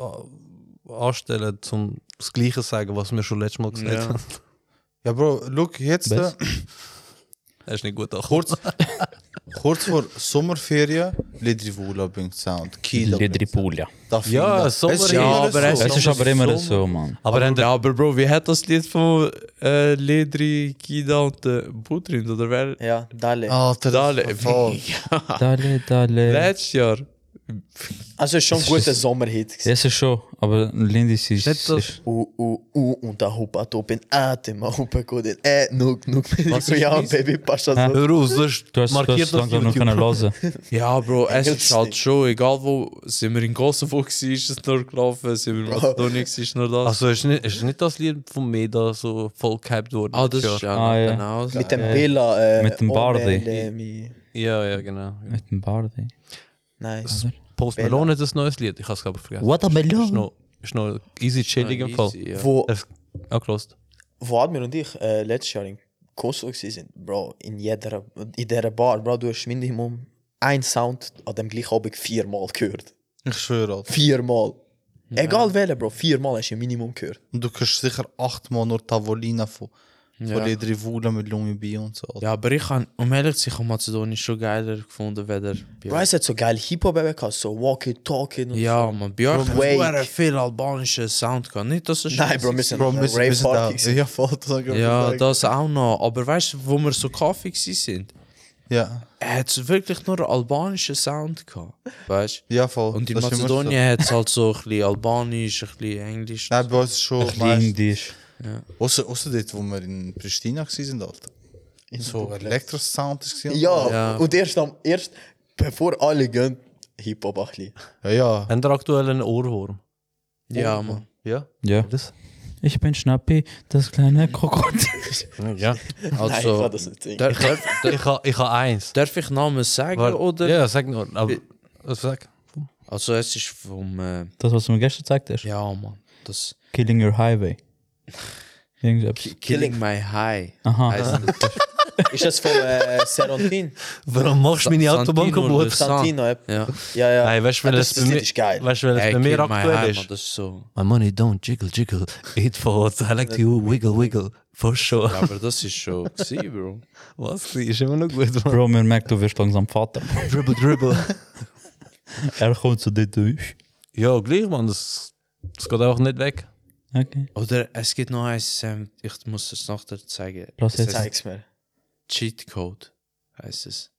anstellen, um das Gleiche zu sagen, was wir schon letztes Mal gesagt
Ja.
haben. [LAUGHS]
Ja, Bro, look, jetzt.
Was?
da.
Das ist nicht gut angekommen.
Kurz, kurz vor Sommerferien, Lidrivula bringt Sound. Kiel.
Ledripulia.
Ja, Sommer- Ja,
aber
Es ist aber immer so, Mann.
Aber dann
ja, aber Bro, wie hat das Lied von äh, Ledri, Kida und äh, Budrin oder wer?
Ja, Dale.
Alter, das
Dale.
ist fatal.
Dale, dale.
Letztes Jahr.
Also ist schon ein guter Sommerhit. gewesen.
Das ist schon, aber Lindy ist.
Nicht das-
ist-
Uh, uh, uh, und da hupa top in Atem, hupa gut in Ä, nuk, nuk. Ich so, [LAUGHS] ja, Baby, passt das so.
hör auf, sonst
Du hast du
markiert
hast
das
langsam noch können
YouTube.
hören.
Ja, Bro, es
Hilft's
ist halt
nicht.
schon, egal wo, sind wir in Kosovo gewesen, ist es nur gelaufen, sind wir eh, in Mazedonien gewesen, ist nur das.
Also ist nicht, ist nicht das Lied von Meda so voll gehypt worden?
ah, das
ja.
ist ja,
Ah, ja.
genau.
Mit dem Billa, äh,
Mit dem Bardi.
Bardi.
Ja, ja, genau.
Mit dem Bart, ey.
Nein.
Also,
Post Malone hat ein neues Lied, ich habe es gerade vergessen.
What a Melon?
Ist noch, ist noch easy chillig im Fall.
Easy, ja.
äh,
Wo,
Es- Angelost.
wo Admir und ich äh, letztes Jahr in Kosovo gewesen sind, Bro, in jeder, in dieser Bar, Bro, du hast Minimum ein Sound an dem gleichen Abend viermal gehört.
Ich schwöre, Alter.
Viermal. Egal welcher, Bro, viermal hast du ein Minimum gehört.
Und du kriegst sicher achtmal nur Tavolina von, von
Ja.
Lidrivula mit Lunge B und so. Alter.
Ja, aber ich habe, um ehrlich zu sein, ich hab Mazedonien schon geiler gefunden, weder bei
Bro, es hat so geil Hip-Hop eben gehabt, so Walk It, Talk It und
Ja, man, bei euch
Bro,
hat
wait.
sehr viel albanischer Sound gehabt. Nicht, dass es
so. Nein, Bro,
scheiße
wir sind
Bro,
Bro,
wir sind- wir
Rave
sind da.
Party.
Ja, voll, das hab ich
war.
gerade
Ja,
gesagt.
das auch noch. Aber weißt du, wo wir so Kaffee gsi sind,
Ja,
hat es wirklich nur albanischen Sound gehabt. Weißt du?
ja, voll.
Und in
Das ist immer so.
Mazedonien hat es halt so ein bisschen albanisch, ein bisschen englisch.
Nein, bei uns ist
Ein
schon.
bisschen
meist-
Indisch.
Außer, außer dort, wo wir in Pristina waren, Alter. So Elektro-Sound war.
Ja,
Ja.
und erst, am, erst bevor alle gehen, Hip-Hop ein bisschen.
Ja, ja.
Haben ihr aktuell einen Ohrwurm?
ja, man.
Ja?
Ja.
Das?
Ich bin Schnappi, das kleine Krokodil. [LAUGHS]
Ja.
Nein, ich
Also,
kann das nicht singen.
dar, darf,
Ich habe ich ha eins.
darf ich Namen sagen?
Warte,
oder?
Ja, sag nur. Aber, was sag?
Also, es ist vom. Äh,
Das, was du mir gestern gezeigt hast.
ja, man. Das
Killing Your Highway. Irgendwas.
Killing My High.
Aha.
Heißt das.
Ist das von äh, Serontin?
Warum machst du meine
Sa-
Autobahn
Santino,
kaputt?
das-
Santino, ja.
Ja.
Ja, ja.
Nein, weißt du,
Ja,
wenn
das,
es bei
das Lied
mir-
ist geil.
weißt du, wenn es
Ey,
bei mir
Kill My High,
aktuell
man,
ist?
Das ist so.
My money don't jiggle, jiggle. It falls. I like to wiggle, wiggle. For sure.
Ja, aber das ist schon gewesen, Bro.
Was? Ist immer noch
[LAUGHS]
gut, Mann.
Bro, man merkt, du wirst langsam [LAUGHS] Vater.
Dribble, dribble.
er kommt zu dir durch.
ja, gleich, Mann. Das, das geht einfach nicht weg.
Okay.
Oder es gibt noch eins, ähm, ich muss es nachher zeigen.
Lass
es
jetzt.
heißt
Zeig's mir.
Cheatcode heißt es.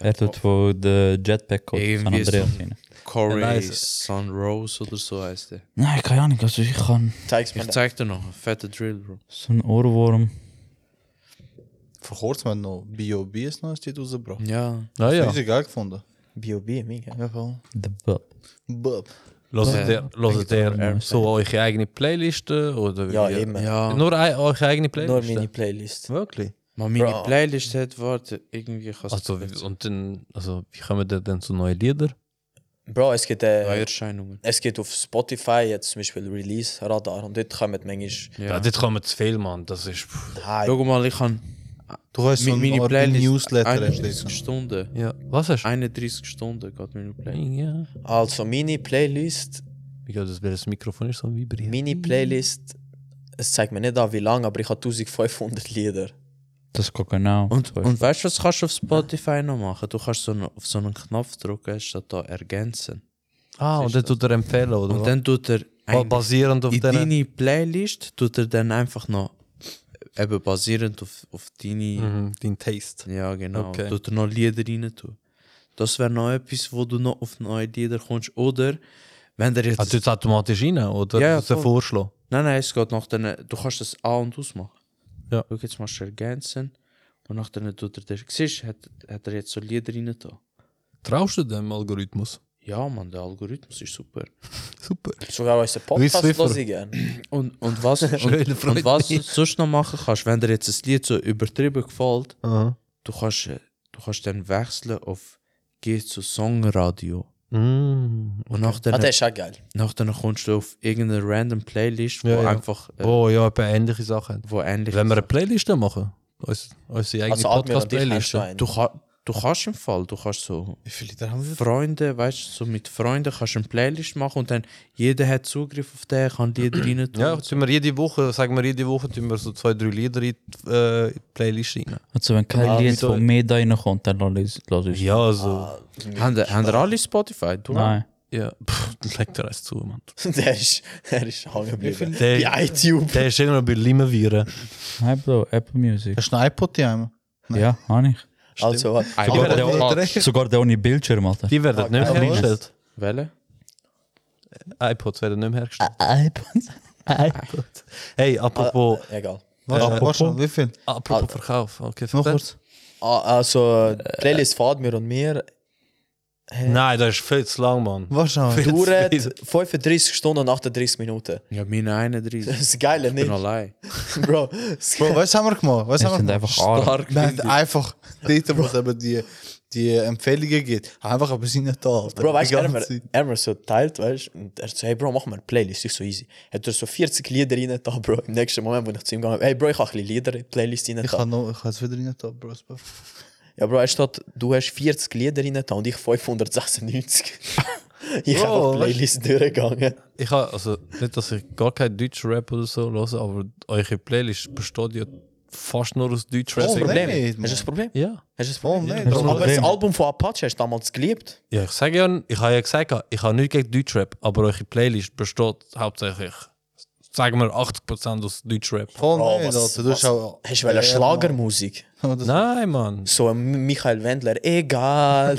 Er tut von der Jetpack kommt.
Irgendwie
San Andreas
so-
rein.
Corey
Ja, nice.
Sunrose oder so heißt der.
Nein, keine Ahnung. Also ich kann
Zeig's mir.
Ich zeig dir noch, ein fetter Drill, Bro.
so einen Ohrwurm.
Vor kurzem haben wir noch B.O.B. ein neues Lied rausgebracht.
Ja.
Ah
Ja.
ja.
Das ist geil gefunden.
B.O.B. mega.
Ja, voll.
The Bub.
Bub.
Loset
Ja.
ihr, loset ihr so eure eigene Playlisten? Oder
Ja,
wie-
eben.
Ja.
Nur ei- eure eigene
Nur
Playlisten?
meine Playlist.
Wirklich?
Man, meine
Bro.
Playlist hat Worte, irgendwie kannst
Also, wie- und dann, also, wie kommen denn dann zu neuen Lieder?
Bro, es gibt, äh,
Neuerscheinungen.
es gibt auf Spotify jetzt zum Beispiel Release Radar und dort kommen manchmal.
Ja,
Ja.
dort kommen zu viel, Mann. Das ist. pff.
Hi.
Schau mal, ich habe
Du hast so
meine
einen
Playlist
Newsletter. hast du
31
jetzt.
Stunden.
Ja. Was hast du?
31 Stunden geht meine Playlist.
Ja.
Also meine Playlist,
Ich glaube, das, das Mikrofon ist so vibriert.
meine Playlist, es zeigt mir nicht an wie lange, aber ich habe 1500 Lieder.
Das geht genau.
Und,
So ist
und weißt du, was kannst du auf Spotify noch machen? Du kannst so einen, auf so einen Knopf drücken, statt da ergänzen.
Ah, und dann tut er empfehlen, oder?
Und
was?
dann tut er
Ba-
eigentlich
basierend auf
in
diesen.
deine Playlist, tut er dann einfach noch, äh, eben basierend auf, auf deine,
Mhm, dein Taste.
ja genau,
Okay.
tut er noch Lieder rein tun. Das wäre noch etwas, wo du noch auf neue Lieder kommst. Oder, wenn der jetzt...
Also, tut es Ah, automatisch rein, oder?
Ja, ja,
das ist ein
voll.
Vorschlag.
eh, nein, nein, es geht nach den... Du kannst das an- und ausmachen.
Ja.
Schau jetzt mal schnell ergänzen. Und nachher tut er das. Siehst du, hat, hat er jetzt so Lieder rein da.
Traust du dem Algorithmus?
Ja, Mann, der Algorithmus ist super.
Super.
Sogar unseren Podcast
Swiffer.
höre ich gerne.
Und,
[LAUGHS]
und was, und, und was du sonst noch machen kannst, wenn dir jetzt ein Lied so übertrieben gefällt,
Aha.
du kannst, äh, du kannst dann wechseln auf geh zu Songradio.
Mm.
Und nachher,
Ah, der ist auch geil.
nachher kommst du auf irgendeine random Playlist, wo
Ja, ja.
einfach äh,
Oh ja, etwa ähnliche Sachen.
wo ähnlich
Wenn wir eine Playlist machen, uns, unsere eigene
Also Admiral, dich hast
Podcast-Playlist.
du einen.
du, ka- du kannst im Fall, du kannst so
Wie viele Lieder haben wir?
Freunde, weißt du, so mit Freunden kannst du eine Playlist machen und dann jeder hat Zugriff auf den, kann die rein tun.
Ja, tun wir jede Woche, sagen wir jede Woche, tun wir so zwei, drei Lieder in die, äh, in die Playlist rein.
Also wenn kein
Ah,
Lied
wieso?
von mir da reinkommt, dann lass ich es.
Ja, also.
Ah,
Haben, haben ihr alle Spotify? Du
Nein.
Ja, pff, dann legt der Rest zu, Mann.
[LAUGHS] der ist, der ist hängen geblieben.
Der-
Bei iTunes.
Der ist irgendwo bei Limeviren.
Nein, Bro, Apple Music.
Hast du einen iPod daheim?
Ja, hab ich.
Also, warte.
Aber
Sogar
der
der, ohne-
Dreck.
sogar der ohne Bildschirm, Alter.
Die werden nicht mehr
geil.
hergestellt.
Welche?
iPods werden nicht mehr hergestellt. [LAUGHS]
iPods.
iPod. Hey, apropos,
egal.
Was,
Apropos-
was schon? Wie viel?
apropos Verkauf. Okay,
Noch
erzähl.
kurz.
Ah, also, die Playlist von mir und mir
Nein, das ist viel zu lang, Mann.
Was schon?
Viel-
dauert
wieder.
35 Stunden und 38 Minuten. [LAUGHS]
Ja, meine 31.
Das ist geil,
Ich bin
nicht?
allein.
Bro, das [LAUGHS]
Bro, was haben wir gemacht? Was
Das
haben
sind
wir
einfach Haare.
Stark.
Nein, einfach dort, wo es eben die, die eh, Empfehlungen gibt. Einfach ein bisschen nicht da. Alter.
Bro, weißt
Die
du,
ganze
er,
Zeit.
er mir so teilt, weißt du, und er so, hey Bro, mach mal eine Playlist, ist so easy. Hat er so 40 Lieder rein da, Bro, im nächsten Moment, wo ich zu ihm gegangen bin, hey Bro, ich habe ein bisschen Lieder in die Playlist rein
Ich
da.
kann noch- ich kann es wieder nicht da, Bro.
Ja, Bro, er steht, du hast 40 Lieder rein da und ich [LAUGHS] 596. ich habe
Bro,
einfach die Playlist durchgegangen.
Ich habe, also, nicht, dass ich gar kein Deutsch-Rap oder so höre, aber eure Playlist besteht ja fast nur aus Deutsch-Rap.
Oh,
Deswegen-
Problem.
Hast du das Problem?
Ja.
Hast du das
Oh
Problem?
nein,
Ja.
das-
Aber das
Problem.
Album von Apache hast du damals geliebt.
ja, ich sage ja, ich habe ja gesagt, ich habe nichts gegen Deutschrap, aber eure Playlist besteht hauptsächlich, sagen wir, 80% aus Deutschrap.
voll
Bro,
nicht,
was-
Alter. Du hast
was-
auch.
Hast du wollen Schlagermusik?
Das-
Nein, Mann.
So ein Michael Wendler, [LAUGHS] egal.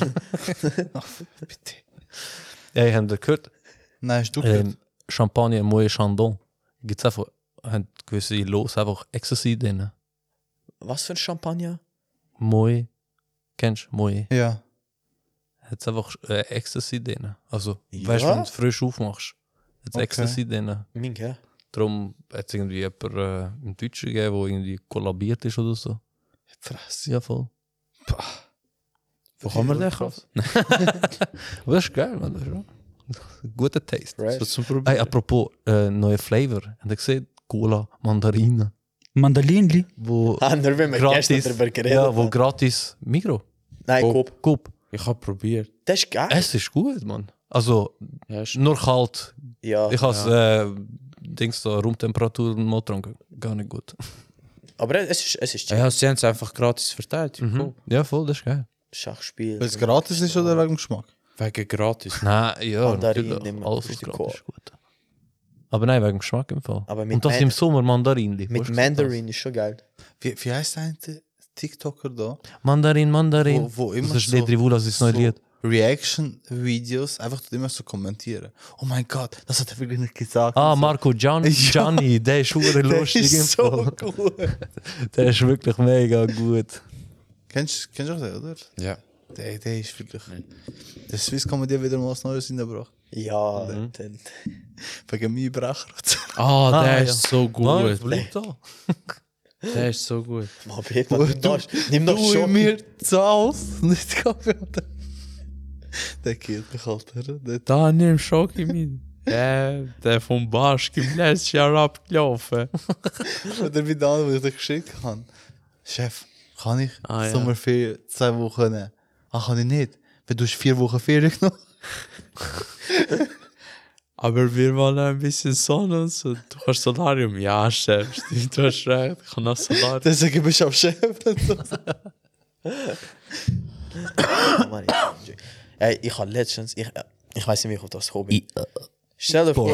Ja, ich habe gehört,
Nein, hast du
Ehm,
ähm, Champagner Moe Chandon gibt es einfach haben gewisse Los, einfach Ecstasy drin.
Was für ein Champagner?
Moe, kennst du Moe?
Ja.
Hat einfach äh, Ecstasy drin. Also,
Ja?
weißt du, wenn du es frisch aufmachst, hat
Okay.
Ecstasy drin.
Mink, ja.
Darum hat es irgendwie jemand äh, im Deutschen gegeben, der irgendwie kollabiert ist oder so.
Fresse.
Ja, voll.
Wo kann man den kaufen?
[LAUGHS] Aber das ist geil, man. Das ist auch- Guter eh, Taste.
Right.
So zum Probieren.
Hey, apropos äh, neue Flavor. Habt ihr gesehen? Cola, Mandarine.
Mandalinli.
[LAUGHS]
Wo
[LAUGHS] Ah, nur wenn wir gestern
gratis,
darüber geredet
ja, wo
haben.
gratis Migro.
Nein,
Wo-
Coop.
Coop.
Ich habe probiert.
Das ist geil.
Es ist gut, Mann. Also,
Ja, ist-
nur kalt.
Ja,
Ich habe äh, Dings da, Raumtemperatur und mal getrunken. Gar nicht gut.
aber es ist, es ist cheap.
ja, sie haben es einfach gratis verteilt. im Coop.
[LAUGHS] Ja, voll, das ist geil.
Schachspiel.
Weil es gratis
dus
ist oder wegen Geschmack?
Wegen gratis.
Nein, ja,
Mandarin
natürlich.
nehmen wir
Alles
aus
was
der
gratis ist gut. Aber nein, wegen Geschmack im Fall.
Aber mit
und das
Ah, Man-
im Sommer Mandarin.
Mit Mandarin ist schon geil.
Wie, wie heißt der eine TikToker da?
Mandarin, Mandarin.
Wo- wo immer
das ist
so-
Ledrivula, das ist neu
so
Lied.
Reaction-Videos einfach tut immer so kommentieren. Oh mein Gott, das hat er wirklich nicht gesagt.
Ah,
Und so.
Marco [LAUGHS] Gian Gianni, der ist hure lustig. im
ist so
Fall.
gut.
[LAUGHS] Der ist wirklich mega gut.
Kennst kennst du auch den, oder?
Ja.
Der, der ist wirklich. Der Swiss Comedy wieder mal was Neues hineingebracht.
Ja,
Mhm.
dann.
Wegen mir [LAUGHS] Brecher.
Ah, der
ja.
ist so
Nein,
gut.
bleibt da.
der ist so gut.
Mal bitte, nimm doch, nimm doch schon.
zahlst nicht Kaffee. Der killt mich, Alter. Der
Da nimm Schoki [LAUGHS] mit. Der, der vom Barsch im letzten Jahr abgelaufen.
Oder wie der andere, den ich dir geschickt habe. Chef, kann ich
Ah, ja.
Sommerferien zwei Wochen nehmen? Ah, kann ich nicht. Weil du hast vier Wochen Ferien genommen.
Aber wir wollen ein bisschen Sonne und so. Du hast Solarium? Ja, Chef, stimmt, du hast recht. Ich kann auch Solarium.
Deswegen bist du am
[LAUGHS]
Chef.
Mann, ich- Ey, ich habe letztens. Ich, äh, ich weiß nicht, wie ich auf das gekommen bin.
eh,
Stell dir vor.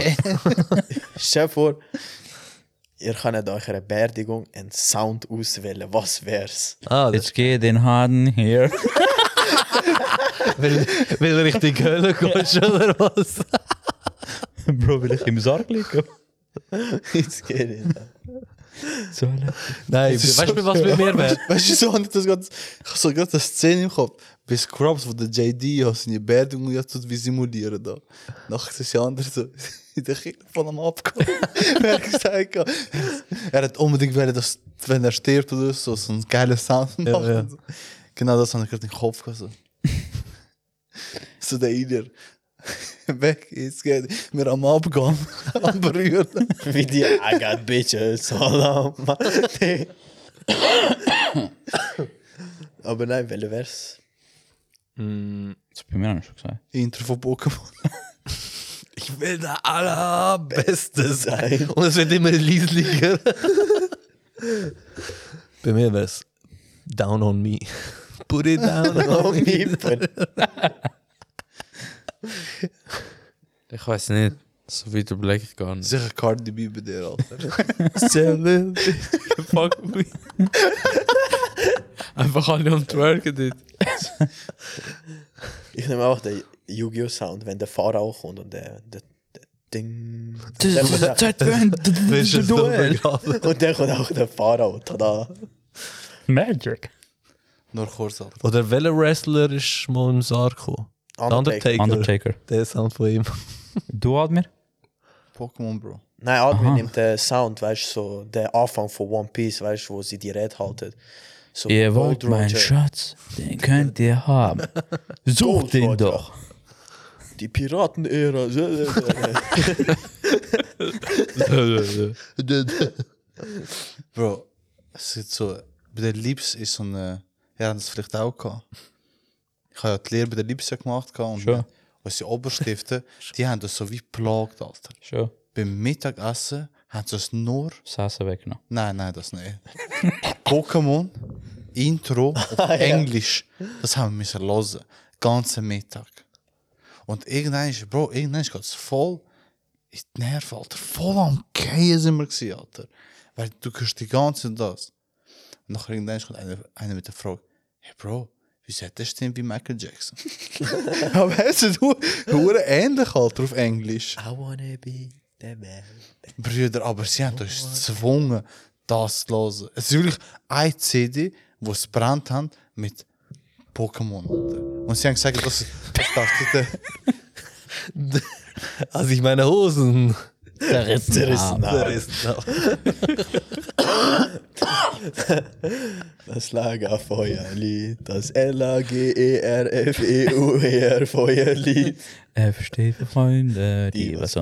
[LAUGHS] Stell dir vor, ihr könnt eurer Beerdigung einen Sound auswählen. Was [LAUGHS] wär's?
Ah, das
Jetzt geh den Harden hier. [LAUGHS]
will, will [LAUGHS] richtig Hölle gehst, oder was?
Bro, will ich im Sarg liegen?
Jetzt geht
So, Alter.
Nein,
Das ist
weißt du,
so-
was mit mir wäre?
[LAUGHS] Weißt du, so habe ich das gerade. Ich habe so gerade eine Szene im Kopf. Bei Scrubs, wo der JD aus seine Beerdigung jetzt tut, wie simulieren da. Nachher ist der andere so [LAUGHS] in der Kirche von ihm abgekommen. [LAUGHS] er hat gesagt, ja, er hat unbedingt wollen, dass, wenn er stirbt oder so, so einen geilen Sound machen.
ja.
und so. Genau das habe ich gerade im Kopf gehabt.
[LAUGHS]
So, so der Inder. [LAUGHS] Weg ist, geht mir am Abgang, [LAUGHS] am Berühren.
Wie die, äh, I got bitches all on my- Aber nein, welcher Vers?
Das hab ich mir auch nicht schon gesagt.
Intro von Pokémon.
Ich will der Allerbeste sein.
Sein.
Und es wird immer [LAUGHS] liedlicher. Bei mir wäre es Down on Me. Put it down [LAUGHS]
Oh,
on me.
Mieper.
Ich weiß nicht. So weit überlege ich gar nicht. [LAUGHS]
Sicher Cardi B bei dir, Alter.
Fuck me. Einfach alle am Twerken dort.
Ich nehme auch den Yu-Gi-Oh! Sound, wenn der Pharao kommt und der, der, der Ding.
Das
Der kommt
ist Zeit für ein
Welches
Duell.
Doppelgraben.
auch- und dann kommt auch der Pharao, tada.
Magic.
Nur kurz, Alter.
Oder welcher Wrestler ist mal im Saar gekommen? Der Undertaker.
Undertaker.
Der Sound von ihm.
Du, Admir?
Pokémon, Bro.
Nein, Admin
Aha.
nimmt den Sound, weißt du, so der Anfang von One Piece, weißt du, wo sie die Rede halten. So
Ihr wollt
Gold
meinen
Roger,
Schatz, den könnt ihr haben. [LAUGHS] Sucht
Gold
ihn
Roger.
doch.
Die Piratenära.
Bro, es gibt so, bei der Liebs ist so eine, eh, ja, das vielleicht auch gehabt. Ich habe ja die Lehre bei der Liebs ja gemacht gehabt und
Schon.
unsere Oberstifte, die haben das so wie plagt, Alter.
Schon.
Beim Mittagessen haben sie es nur,
Sassen weggenommen.
nein, nein, das nicht. Pokémon, Intro auf Englisch, das haben wir müssen hören, ganzen Mittag. Und irgendwann ist, Bro, irgendwann geht es voll in die Nerven, Alter. Voll am Gehen sind wir gewesen, Alter. Weil du hörst die ganze Zeit das. Und nachher irgendwann kommt einer, einer mit der Frage, hey Bro, wieso hat das denn wie Michael Jackson? [LAUGHS] Aber weißt du, du, hure ähnlich, Alter, auf Englisch.
[LAUGHS] I wanna be the man.
Brüder, aber sie haben uns gezwungen, das zu hören. Es ist wirklich eine CD, die es brennt haben mit Pokémon. Alter. Und sie haben gesagt, das, das darf nicht äh, der [LAUGHS]
Also ich meine Hosen.
Zerrissen.
Der
Arm.
ist na,
[LAUGHS] Das Lagerfeuerlied, das E L-A-G-E-R-F-E-U-E-R E Feuerlied.
F steht für Freunde, die,
Die
was
was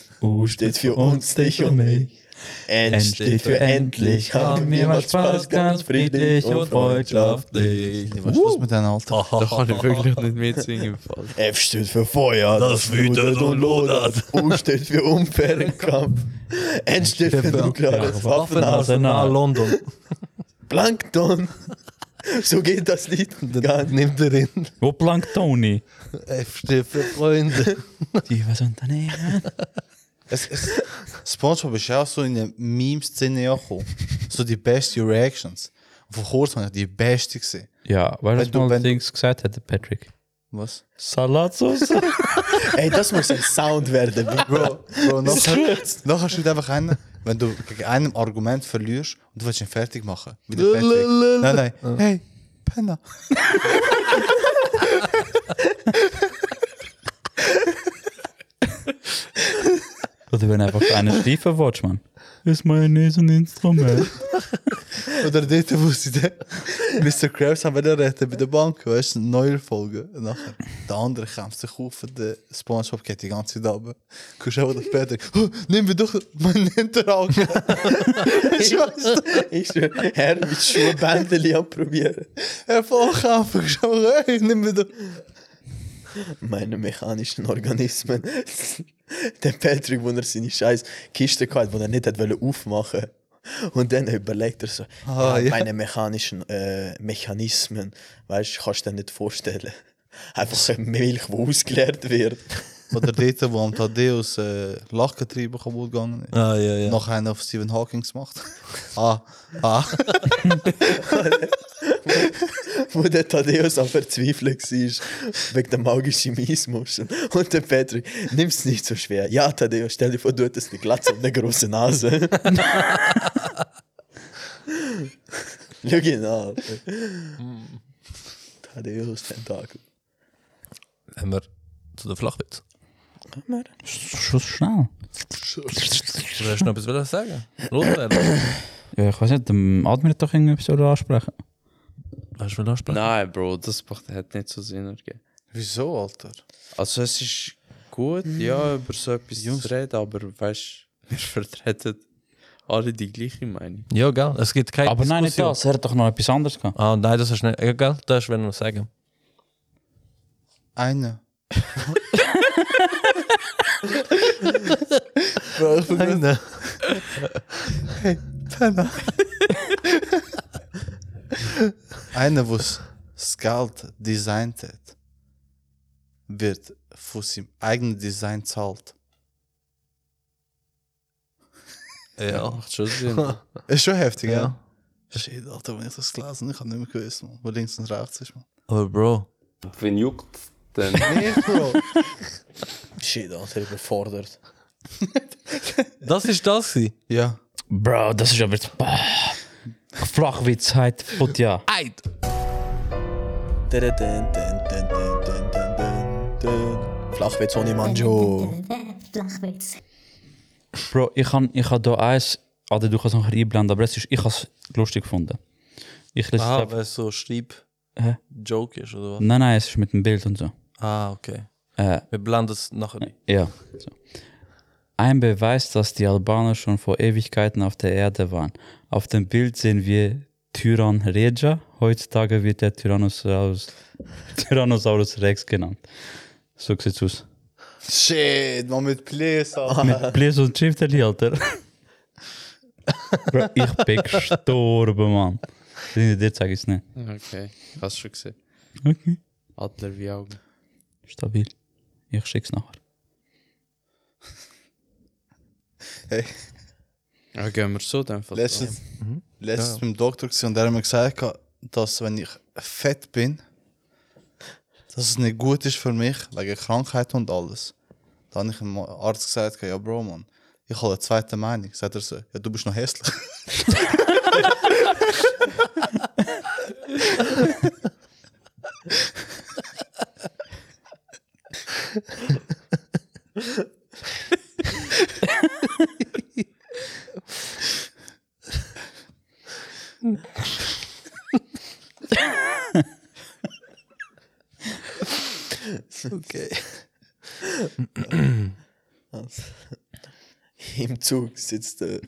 unternehmen.
U
Steht für uns, dich und mich. N steht für endlich. Haben wir mal Spaß, ganz friedlich und freundschaftlich.
Nee,
Was ist los mit deinem Alter?
Da kann
[LAUGHS]
ich wirklich nicht mitsingen. im Fall.
F steht für Feuer, das wütet und lodert. U steht für unfairen [LAUGHS] Kampf. N steht für nukleares Waffenhaus.
Waffenarsenal London.
Plankton. [LAUGHS] So geht das Lied. Ganz
Nimmt er hin.
Wo plankt Tony?
F steht für Freunde.
Die was unternehmen.
Es, es, SpongeBob ist ja auch so in der Meme-Szene angekommen. So die besten Reactions. Und vor kurzem habe ich die beste gesehen.
Ja, weil
Wenn
das
du-
mal
wenn du-
Dings gesagt hätte, Patrick.
Was?
Salatsauce? [LAUGHS]
Ey, das muss ein Sound werden.
[LAUGHS] Bro, Bro nachher, nachher steht einfach einer, wenn du gegen einem Argument verlierst und du willst ihn fertig machen. Wie der Patrick. Nein, nein. Hey, Penner.
Oder wenn einfach [LAUGHS] eine Stiefel watch, man. Ist Mayonnaise ein Instrument?
Oder dort, wo sie den [LAUGHS] Mr. Krabs haben wollen retten bei der Bank, weißt du, neue Folge. Und nachher, der andere kämpft sich auf und der Spongebob geht die ganze Zeit runter. Du Guckst einfach nach Patrick, oh, nimm mir doch meinen Hinterhalt. Scheiße,
Ich schwör, Herr mit Schuhbändeli anprobieren.
er vorkämpft, schau, hey, nimm mir doch.
meine mechanischen Organismen. [LAUGHS] der Patrick, wo er seine scheiß Kiste hatte, wo er nicht hat wollen aufmachen Und dann überlegt er so,
Ah,
ja,
ja.
meine mechanischen äh, Mechanismen, weißt du, kannst du dir nicht vorstellen. Einfach so eine Milch, die ausgeleert wird.
Oder dort, wo am Thaddeus äh, Lachgetriebe kaputt gegangen ist.
Ah, ja, ja.
Noch einer auf Stephen Hawking gemacht. [LAUGHS] ah, ah.
wo der Thaddeus am Verzweifeln war, wegen dem Algischimismus. Und der Patrick, nimm's nicht so schwer. Ja, Thaddeus, stell dir vor, du hättest eine Glatze und eine große Nase. Schau ihn an. Tadeus Tentakel.
Wenn wir zu der Flachwitz.
Schluss schnell.
Du hast noch etwas wollen sagen? [LAUGHS] Loswerden.
Ja, ich weiß nicht, dem Admin hat doch irgendetwas wollen ansprechen.
Hast du mir ansprechen?
Nein, Bro, das macht, hat nicht so Sinn ergeben.
Wieso, Alter? Hm.
Also es ist gut, ja, über so etwas zu reden, aber weißt du, wir [LAUGHS] vertreten alle die gleiche Meinung.
Ja, gell. Es gibt keine
Aber nein, nicht
Diskussion.
das. Er hat doch noch etwas anderes gehabt.
Ah, nein, das ist nicht. Ja, gell, das wollen wir sagen.
Eine.
Nein,
Eine, was das Geld designt hat, wird von seinem eigenen Design zahlt.
Ja.
Macht schon Sinn.
[LAUGHS] Ist schon heftig, ja?
Ja.
Shit, Alter, wenn ich das gelesen ich hab nicht mehr gewusst, man. Wo links und rechts ist, man.
Aber Bro,
Wenn juckt, dann
Nee, Bro.
Shit, Alter, überfordert.
das ist das. gewesen.
ja.
Bro, das ist aber jetzt. Bah. Flachwitz halt, Put ja.
Eid!
Dun, dun, dun, dun, dun, dun, dun, dun. Flachwitz ohne Manjo.
Flachwitz.
Bro, ich kann, ich kann da eins. Alter, du kannst noch einblenden, aber es ist, ich habe es lustig gefunden. Ich lese es
Ah,
einfach.
weil es so schrieb
Hä?
Joke ist oder was?
Nein, nein, es ist mit dem Bild und so.
Ah, okay.
Äh,
Wir blenden es nachher nicht.
Ja. So. Ein Beweis, dass die Albaner schon vor Ewigkeiten auf der Erde waren. Auf dem Bild sehen wir Tyrann Regia. Heutzutage wird der Tyrannosaurus, [LAUGHS] Tyrannosaurus Rex genannt. So sieht's aus.
Shit, man, mit Please, Alter.
Mit Bläs und Schrifteli, Alter. Bro, ich bin gestorben, Mann. Nee, Dir zeig ich's nicht.
Okay, hast schon gesehen.
Okay.
Adler wie Augen.
Stabil. Ich schick's nachher.
Ja, gehen wir so dann fast.
Letztens,
Mhm.
letztens mit dem Doktor gewesen und der hat mir gesagt, gehabt, dass wenn ich fett bin, dass es nicht gut ist für mich, wegen Krankheit und alles. Da habe ich dem Arzt gesagt, gehabt, ja Bro, Mann, ich habe eine zweite Meinung. Sagt er so, ja, du bist noch hässlich. [LAUGHS]
Okay.
Im Zug sitzt äh,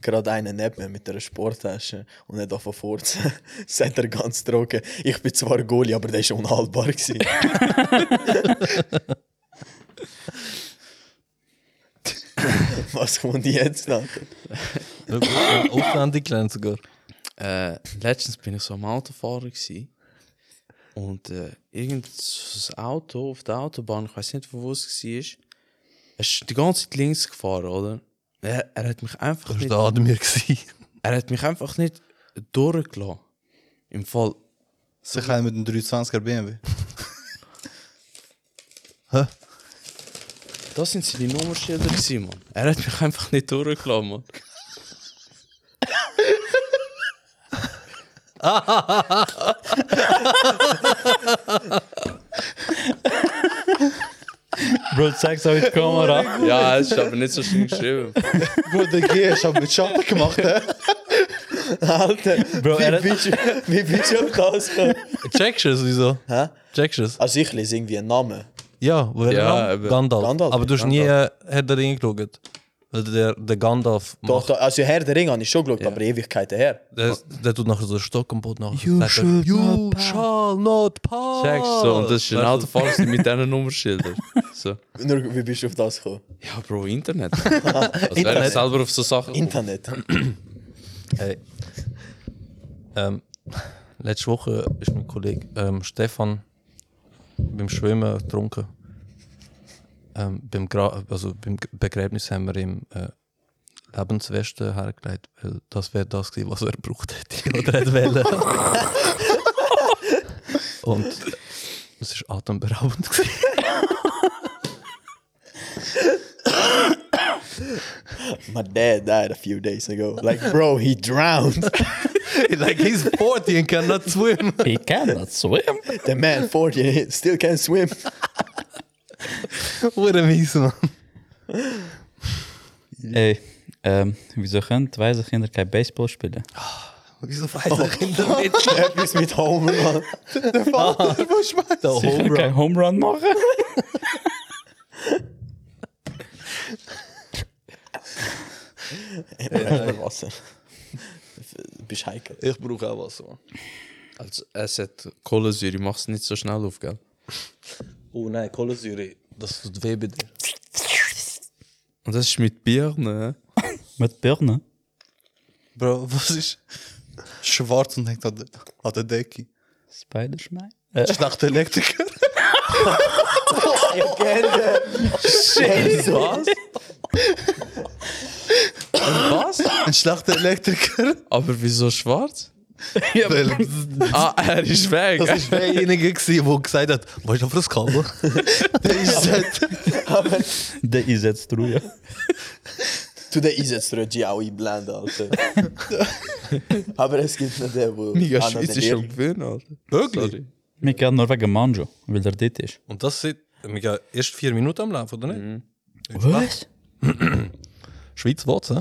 gerade einer neben mir mit einer Sporttasche und hat davon furzen. [LAUGHS] Sagt er ganz trocken, ich bin zwar Goalie, aber der ist unhaltbar gewesen. [LAUGHS] Was kommt jetzt noch?
Aufwendig gelernt sogar.
Äh, letztens bin ich so am Autofahren gsi und äh, irgend so ein Auto auf der Autobahn, ich weiß nicht, von wo es war, ist die ganze Zeit links gefahren, oder? Er, er hat mich einfach
Das
nicht,
war der Admir. gewesen.
er hat mich einfach nicht durchgelassen. Im Fall,
Sicher einer mit dem 320er [LAUGHS] BMW.
das sind seine Nummernschilder gsi, Mann. Er hat mich einfach nicht durchgelassen, Mann.
Bro, zeig's auch in die [LAUGHS] Kamera.
Ja, es ist aber nicht so schön geschrieben.
Bro, der G ist aber mit Schatten gemacht, hä?
Alter,
Bro, er hat-
wie bist du- wie bist du auf das gekommen?
[LAUGHS] Checkst du es, wieso?
Hä?
Checkst du es?
Also ich lese irgendwie einen Namen.
Ja, weil
Ja,
ja,
eben.
Gandalf.
Gandalf,
Aber du hast nie äh,
Gandalf.
Herr der Ringe geschaut. Weil der, der Gandalf
Doch,
macht,
doch, also Herr der Ring habe ich schon geschaut, aber Ewigkeiten her.
der, der tut nachher so einen Stock am Boden nach. You, should, you shall not pass.
Checkst so, und das ist ein
Weißt du?
Autofahrer gewesen mit diesen [LAUGHS] Nummernschildern. So.
Nur, wie bist du auf das gekommen? Ah,
Ja,
[LAUGHS]
Bro, Internet.
Also,
Als wäre ich selber auf so Sachen
Internet.
Hey. Ähm, letzte Woche ist mein Kollege ähm, Stefan beim Schwimmen getrunken. Ähm, beim, Gra also beim G- Begräbnis haben wir ihm äh, Lebensweste hergelegt, weil das wäre das gewesen, was er gebraucht hätte [LAUGHS] oder hätte
[LAUGHS]
wollen. Und es war atemberaubend. gewesen.
My dad died a few days ago. Like, bro, he drowned.
[LAUGHS] like he's 40 and cannot swim. [LAUGHS]
He cannot swim.
the man 40 and he still can't swim.
What a mies, man.
Ey, ähm, wieso können die weisen Kinder kein Baseball spielen?
Wieso weiß er hinter nicht?
Etwas mit Homer, Mann.
Der
Sie können
Home
kein Home Run [LAUGHS] machen?
Äh, [LAUGHS] Wasser. Du bist heikel.
Ich brauche auch was, man.
Also, es hat Kohlensäure, mach es nicht so schnell auf, gell?
Oh nein, Kohlensäure. Das tut weh bei dir.
Und das ist mit Birne.
Mit Birnen?
Bro, was ist schwarz und hängt an der, an der Decke?
Spider-Man? [LAUGHS]
Äh.
Schlechter Elektriker.
Was?
Was?
Ein
[LAUGHS]
schlechter Elektriker.
Aber wieso schwarz?
Weil
Ah, er ist weg.
Das ist [LAUGHS] derjenige, gewesen, der gesagt hat, weißt du, auf das Kabel?
der ist seit
Der ist jetzt drüber.
Today ist jetzt Reggie auch in Blend, eh? Alter. Aber es gibt noch den,
[LAUGHS]
wo
Mega
einer der
schweizisch
Lehrer-
am Gewinn, Alter.
Wirklich?
Mir geht nur wegen Manjo, weil er dort ist.
Und das sind mega erst vier Minuten am Laufen, oder nicht?
Mhm.
Was?
Schweiz wird's, hä?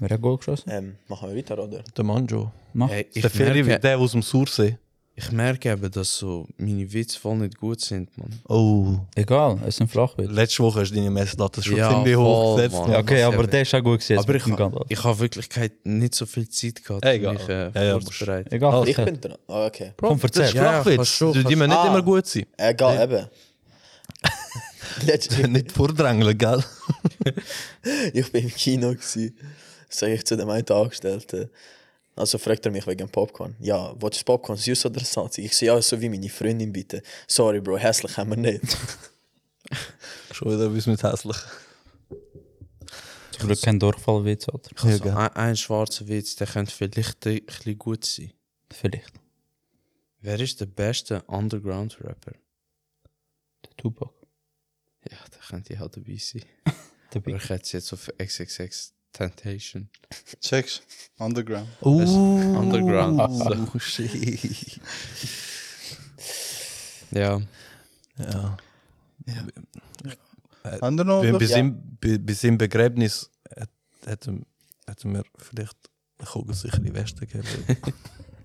Wer hat Goal geschossen?
Ähm, machen wir weiter, oder?
Der Manjo.
Mach.
Hey, ich,
Der Ferry,
merke,
der aus dem Sursee.
ich merke eben, dass so meine Witze voll nicht gut sind, Mann.
Oh.
Egal, es ist ein Flachwitz.
Letzte Woche hast du deine Messlatte schon
Ja,
ziemlich hoch
voll,
gesetzt.
Mann.
Mann.
Ja, okay,
das
aber
eben.
der ist auch gut gewesen.
Aber ich,
mit dem Gandalf.
ich habe wirklich kein, nicht so viel Zeit gehabt,
Egal.
mich äh,
Ja, ja, musst-
vorzubereiten.
Egal,
Ich
ich
bin dran. Ah, okay.
komm,
Das ist
verzeih.
Ja, ja,
Flachwitz.
kannst schon,
die
kannst-
müssen nicht
Ah.
immer gut sein.
Egal, eben. Letztes
Nicht vordrängeln, gell?
[LAUGHS] ich bin im Kino gsi, sage ich zu dem einen Angestellten. Also fragt er mich wegen Popcorn. Ja, willst du Popcorn süß oder salzig? Ich so, ja, so wie meine Freundin bitte. Sorry, Bro, hässlich haben wir nicht. [LAUGHS]
Schon wieder etwas mit hässlich.
Zum Glück kein Durchfallwitz, Alter.
Ich habe so ein, ein schwarzer Witz, der könnte vielleicht ein bisschen gut sein.
Vielleicht.
Wer ist der beste Underground-Rapper?
Der Tupac.
Ja, da könnte ich halt dabei sein.
[LAUGHS] Der
Aber
Big.
ich hätte es jetzt auf XXX Temptation.
Checks. Underground.
Uh.
Ah. Underground.
Oh, shit.
Ja.
Ja. Bei, bei,
Underground.
seinem, bei, bei seinem Begräbnis hat- hätten hätten wir vielleicht eine kugelsichere Weste gegeben.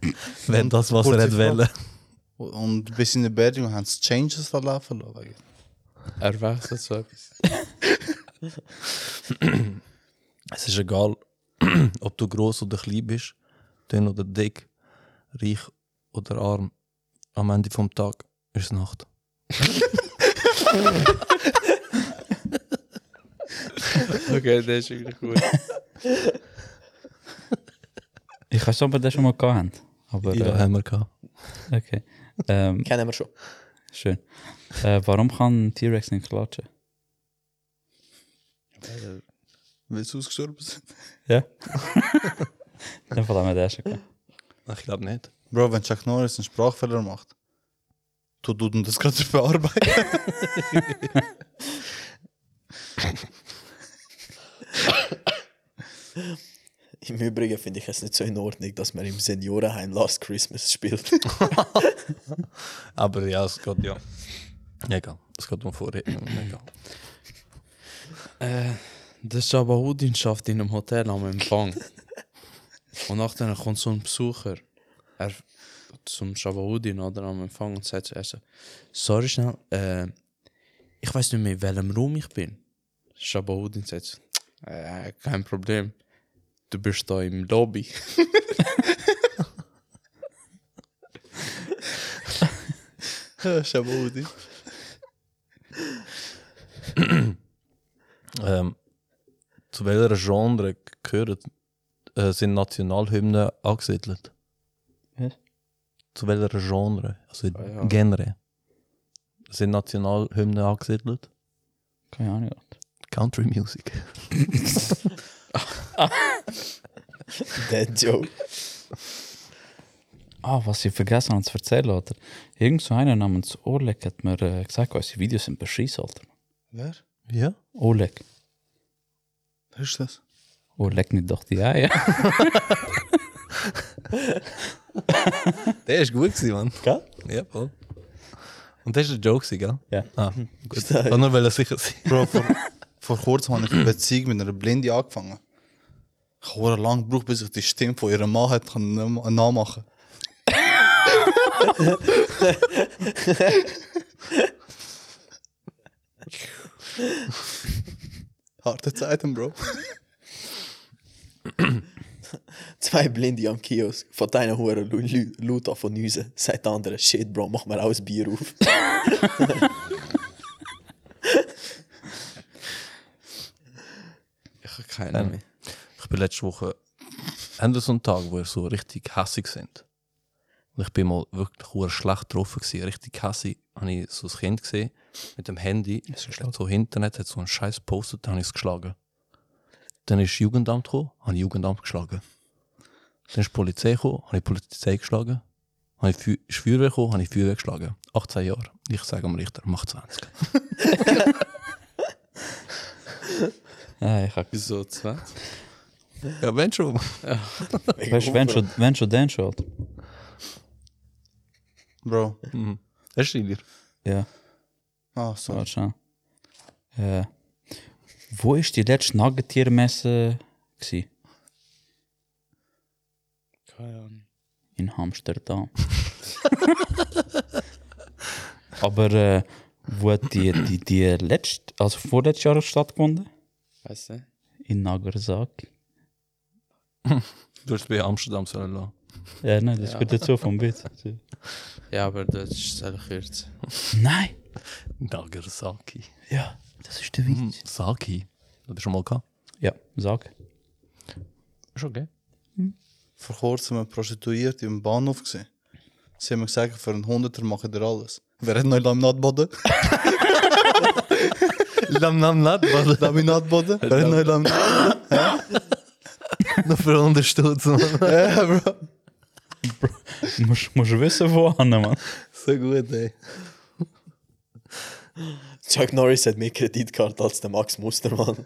[LAUGHS] Wenn das, was er
Kurze
hätte
Frage.
wollen.
Und bis in der Beerdigung haben sie Changes da laufen lassen.
Er wechselt so etwas.
Es ist egal, [CLEARS THROAT] ob du groß oder klein bist, dünn oder dick, reich oder arm. Am Ende vom Tag ist Nacht.
Okay, der ist wirklich gut.
Ich weiß nicht, ob wir den schon mal gehabt haben. Aber,
Ja,
äh,
haben wir gehabt.
okay. Ähm,
Kennen wir schon.
schön. Äh, warum kann ein T-Rex nicht klatschen?
Weil sie ausgestorben sind. [LAUGHS]
Ja? [LAUGHS] Dann von dem haben wir den schon gehabt.
Ich glaube nicht.
Bro, wenn Chuck Norris einen Sprachfehler macht, du duden das gerade [LAUGHS] bearbeiten.
Im Übrigen finde ich es nicht so in Ordnung, dass man im Seniorenheim Last Christmas
[LAUGHS]
spielt.
Aber Ah, ja, es geht ja. Egal. Es geht um Vorreden. Egal.
Der Schabahudin schafft in einem Hotel
[LAUGHS]
am Empfang. Und nachher kommt so ein Besucher er, zum Schabahudin oder am Empfang und sagt zuerst so, sorry schnell, äh, ich weiß nicht mehr, in welchem Raum ich bin. Schabahudin sagt so, äh, kein Problem, du bist da im
[LAUGHS]
Lobby.
Schabudi.
Ähm, zu welcher Genre gehören, äh, sind Nationalhymnen angesiedelt?
Was?
Zu welcher Genre? Also
Ah, ja.
Genre. Sind Nationalhymnen angesiedelt?
Keine Ahnung, Alter.
Country [LAUGHS] Music.
Dead Joke.
Ah, was ich vergessen habe zu erzählen, Alter. Irgend so einer namens Oleg hat mir äh, gesagt, unsere Videos sind beschissen, Alter.
Wer?
Ja?
Oleg.
Was ist das?
Oh, leck nicht doch die Eier.
Der ist gut gewesen, Mann.
Gell?
Ja, voll. Und das war der Joke, gewesen, gell?
Ja.
[LAUGHS] Ah, gut. Ich wollte nur wollte sicher sein.
Bro, vor, vor kurzem habe ich eine Beziehung mit einer Blinde angefangen. Ich habe verdammt lange gebraucht, bis ich die Stimme von ihrer Mann hat, kann nam- [LAUGHS] nachmachen Harte Zeiten, Bro.
Zwei Blinde am Kiosk. Von de ene horen Lu- Lu- Luta von Nüse. Sagt de andere, shit bro, mach maar alles Bier auf.
Ich habe keine
Ähm.
mehr.
Ich bin letzte Woche, haben wir so einen Tag, wo wir so richtig hassig sind. Und ich bin mal wirklich hure schlecht getroffen, gewesen, richtig hassig. Habe ich so ein Kind gesehen mit dem Handy. So Internet hat so einen Scheiß gepostet, dann habe ich es geschlagen. Dann ist Jugendamt gekommen, habe ich Jugendamt geschlagen. Dann ist die Polizei gekommen, habe ich die Polizei geschlagen. Habe ich Feu- ist Feuerwehr gekommen, habe ich Feuerwehr geschlagen. 18 Jahre. Ich sage am Richter, mach 20.
Ah, Ja, ich hab.
Wieso 20?
Ja, oh, wenn schon.
Weißt du, wenn schon, wenn schon, dann schon.
Bro.
Das ist dir.
Ja,
Ah, so.
warte schon. Äh, wo ist die letzte Nagetiermesse? gsi?
Keine Ahnung.
In Amsterdam. [LAUGHS] Aber äh, wo hat die, die, die letzte, also vorletztes Jahr stattgefunden?
Weißt du?
In Nagasaki.
Du hast bei Amsterdam sollen lassen.
Ja, nein, das
Ja.
gehört dazu vom Bild.
[LAUGHS] Ja, aber das ist sehr kurz.
Nein!
Nagasaki.
Ja, das ist der Witz.
Mhm, Saki. Das hast du schon mal gehabt.
Ja, sag.
Ist okay.
Vor kurzem eine Prostituierte im Bahnhof gesehen. Sie haben mir gesagt, für einen Hunderter machen wir alles. Wer hat noch Laminatboden?
Lam nam nat, was
Laminatboden? Wer hat noch Laminatboden?
noch für 100 Stutz, Mann.
Ja, Bro.
Musst du wissen, wo an, Mann.
So gut, ey.
Chuck Norris hat meer Kreditkarte als der Max Mustermann.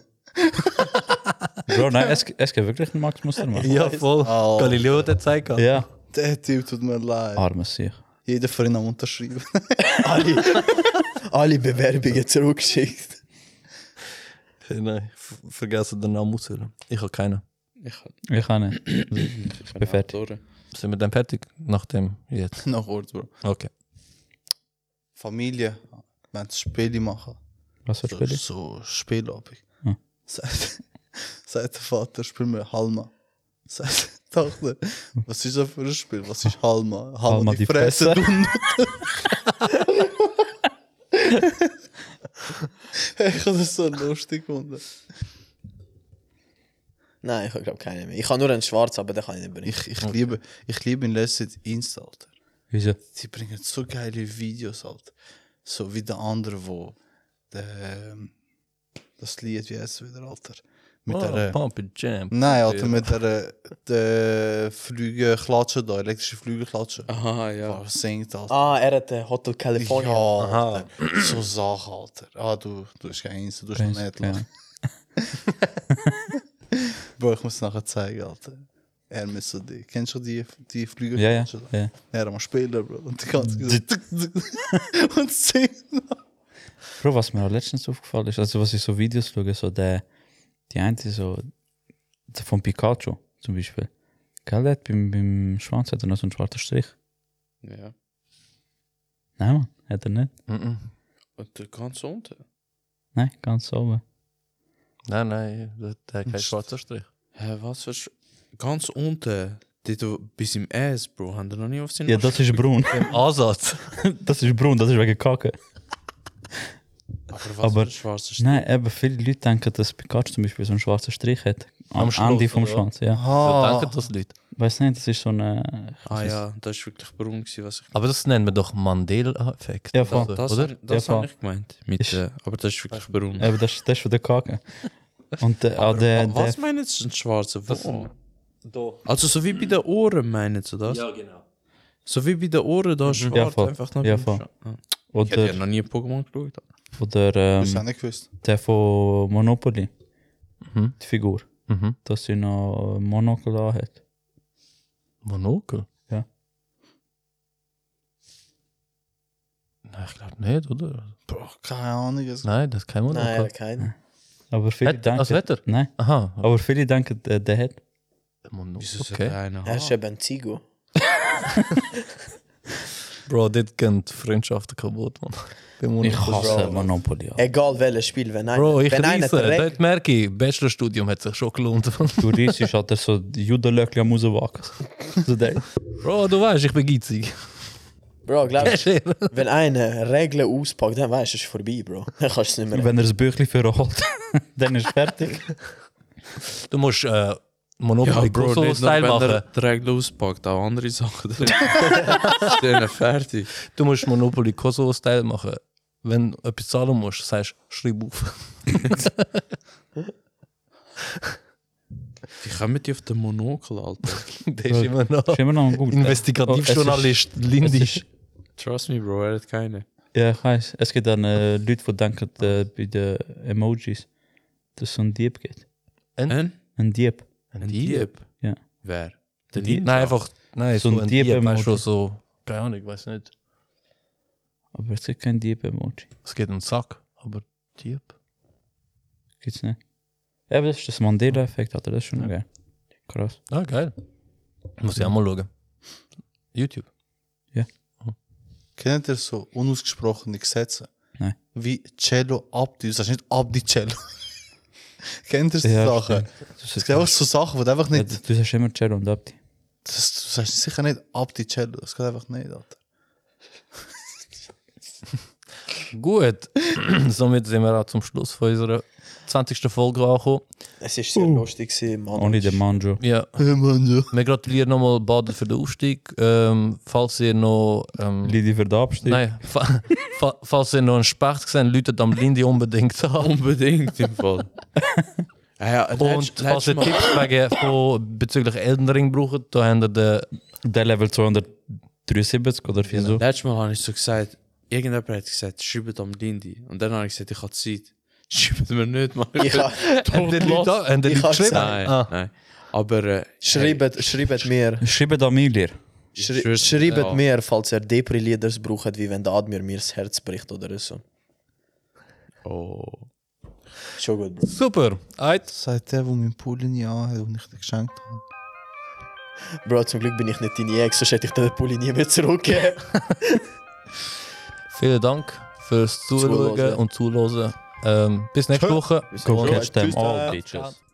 Bro, nein, es, es gibt wirklich einen Max Mustermann.
Ja, voll.
Oh.
Galileo hat das gezeigt. gehabt.
Ja.
Der Typ tut mir leid.
Arme sich.
Jeder von ihnen am unterschreiben. [LAUGHS]
Alle, alle Bewerbungen zurückgeschickt.
Nein, ich vergesse den Namen auszuhören. Ich habe keinen.
Ich habe
Ich kann nicht. Also, Ich bin fertig.
Sind wir dann fertig? Nach dem jetzt.
Noch kurz, Bro.
Okay.
Familie, wenn sie Spiele machen.
Was für
So,
Spiele?
so Spielabend.
Hm.
[LAUGHS] Sagt, sagt der Vater, spielen wir Halma. Sagt [LAUGHS] die Tochter, was ist das für ein Spiel? Was ist Halma? Halma,
Halma,
die,
die
Fresse,
Fresse.
du Nutte.
[LAUGHS]
ich habe das so lustig gefunden.
Nein, ich habe glaube keine mehr. Ich habe nur einen schwarz, aber den kann ich nicht bringen.
Ich, ich, liebe, ich liebe in letzter Zeit Insta, Alter.
Wieso?
Sie bringen so geile Videos, Alter. So wie der andere, wo der, ähm, das Lied, wie heißt es wieder, Alter? Mit
Ah.
der... äh,
Pump and Jam.
Nein, Alter, mit der, äh, der Flüge klatschen da, elektrische Flüge klatschen.
Aha,
Ja.
ja.
Singt, Alter.
Ah, er hat äh, Hotel California.
ja, Alter. So Sachen, Alter. Ah, du, du hast kein Insta, du hast noch nicht.
Ja.
Ja. [LAUGHS] Bro, ich muss es nachher zeigen, Alter. Er muss so die... Kennst du die, die Flüge
Ja, ja.
da?
ja.
Er am Spielen, Bro. Und die ganze Zeit [LAUGHS] so- Und singt.
Bro, was mir auch letztens aufgefallen ist, also was ich so Videos schaue, so der, die eine so, der von Pikachu zum Beispiel. Gell, der hat beim, beim Schwanz hat er noch so einen schwarzen Strich.
ja.
Nein, Mann, hat er nicht.
Mhm.
Und der ganz unten?
Nein, ganz oben.
Nein, nein, der- der hat keinen schwarzen Strich.
Hä, was für. Sch ganz unten. Die du bis im S, Bro. Haben die noch nie auf seinen
Ja, das ist Brun.
Im Ansatz.
Das ist Brun, das ist wegen Kacke.
Aber was
aber-
für ein schwarzer Sch
Nein, eben, viele Leute denken, dass Pikachu zum Beispiel so einen schwarzen Strich hat.
Am
Am
Schluss,
Ende vom
oder?
Schwanz, ja.
Ah.
Ah,
Danke, das Leute.
Weiß nicht, das ist so eine.
Ah ja, das ist wirklich braun, gewesen, was ich.
Aber das nennen wir doch Mandela-Effekt.
Ja, voll.
Also,
Das,
oder?
hab- das
Ja,
habe ich gemeint. Mit,
Ist-
äh, aber das ist wirklich braun.
Eben, das, das ist von der Kacke. Und der, auch der,
Wa-
der,
Oh, was meinen Sie, ein schwarzer? Wo?
Da.
Also so wie bei den Ohren meinen Sie das?
genau.
So wie bei den Ohren, da ist schwarz
Ja, voll.
einfach noch
Ja,
beim
voll.
Scha- Ah. Ich hätte ja
oder,
noch nie Pokémon geschaut.
oder
das
ähm,
habe ich nicht gewusst.
der von Monopoly. die Figur,
Mhm.
dass sie noch ein Monokel hat.
Monokel?
Ja.
Nein, ich glaube nicht, oder?
Bro, keine Ahnung. es-
Nein, das ist kein Monokel.
Nein, kein.
Aber viele
Het-
denken...
als Wetter?
Nein,
Aha,
aber viele denken, äh, der hat.
Monokel.
Wieso okay.
Okay.
eine
Er ist
Haar?
eben ein Zigo.
Bro, dit kent Freundschaften kaputt, man. Der Monokel.
Ich hasse Monopoly. Alter.
Egal welches Spiel, wenn einer.
Bro, ich
wenn einer
reise.
direkt-
Das merke ich. Bachelorstudium hat sich schon gelohnt. [LAUGHS]
Du riechst, hat er so Judenlöckchen am [LAUGHS] Rauswagen. So der.
Bro, du weißt, ich bin geizig. [LAUGHS]
Bro, glaub ich,
Shit.
wenn einer Regeln auspackt, dann weißt du, es ist vorbei, Bro. [LAUGHS] Dann kannst du es nicht mehr.
Wenn er das Büchlein [LAUGHS] verholt, dann ist
[LAUGHS]
fertig.
Du musst äh, Monopoly
nicht nur,
Gozo-Style
wenn
machen.
er direkt auspackt, auch andere Sachen. drin. Dann ist fertig.
Du musst Monopoly Kosovo-Style machen. Wenn du etwas zahlen musst, sagst du, schreib auf. [LAUGHS]
Wie kommen die auf den Monokel, Alter?
Der ist immer
[LAUGHS]
noch
Ist immer noch ein guter.
Investigativjournalist, Lindisch.
ist-
Trust me, Bro, er hat keine.
Ja, ich weiß. Es gibt dann äh, Leute, die denken äh, bei den Emojis, dass es um Dieb geht.
Ein?
Ein Dieb.
Ein
Ein
Dieb?
Dieb?
Ja.
Wer? Der
Nein,
Dieb?
einfach, nein, so, ein Dieb, weißt du,
Emoji.
so, keine Ahnung, ich weiß nicht.
Aber es gibt kein Dieb-Emoji.
Es geht um den Sack, aber Dieb?
Gibt's nicht. Ja, aber das ist das Mandela-Effekt, Alter. Das ist schon geil. Krass.
Ah, geil. Muss ich auch mal schauen. YouTube.
Kennt ihr so unausgesprochene Gesetze?
Nein.
Wie Cello Abdi. Du sagst nicht Abdi Cello. [LAUGHS] Kennt ihr so
Ja,
Sachen?
Das
Es
ist
gibt einfach so Sachen, wo du einfach
ja,
nicht.
du du sagst immer Cello und Abdi.
Das, du sagst sicher nicht Abdi Cello. Das geht einfach nicht, Alter.
Gut, [CLEARS THROAT] somit sind wir auch zum Schluss von unserer 20. Folge angekommen.
Es war sehr lustig, gewesen, Mann.
Only the Manjo.
Ja,
Hey, Mann, ja.
wir gratulieren nochmal Baden für den Aufstieg. Ähm, falls ihr noch... Ähm,
Lidi für den Abstieg.
Nein, fa [LAUGHS] fa falls ihr noch einen Specht gesehen läutet am Lindy unbedingt an.
Unbedingt im Fall. ja, ja,
Und
letztes-
falls
letztes
ihr
Mal-
Tipps wegen von bezüglich Elden Ring braucht, da habt ihr den.
Der Level 273 oder wieso?
Letztes Mal habe ich so gesagt, irgendjemand hat gesagt, schreibt am Lindy. Und dann habe ich gesagt, ich habe [LAUGHS] Zeit. Schreibt mir nicht, Mann.
Ich ha-
Habt ihr Leute da- habt ihr
Ich
Leute
hab's
geschrieben?
gesagt.
Nein,
Ah.
nein. Aber äh,
Schreibt, schreibt mir.
Schreibt an Milir.
Ich
Schri
schwör's,
schreibt
ja.
mir, falls ihr Depri-Leaders braucht, wie wenn der Admir mir das Herz bricht oder so.
oh.
Schon gut, Bro.
Super. Eit.
Seit der, wo mein Pulli nie anhat und ich dir geschenkt habe.
Bro, zum Glück bin ich nicht deine Ex, sonst hätte ich dir den Pulli nie mehr zurückgegeben.
Vielen Dank fürs Zuschauen
Zuhören.
und Zuhören. Ähm, bis nächste Woche.
Go
Und-
catch them all, bitches.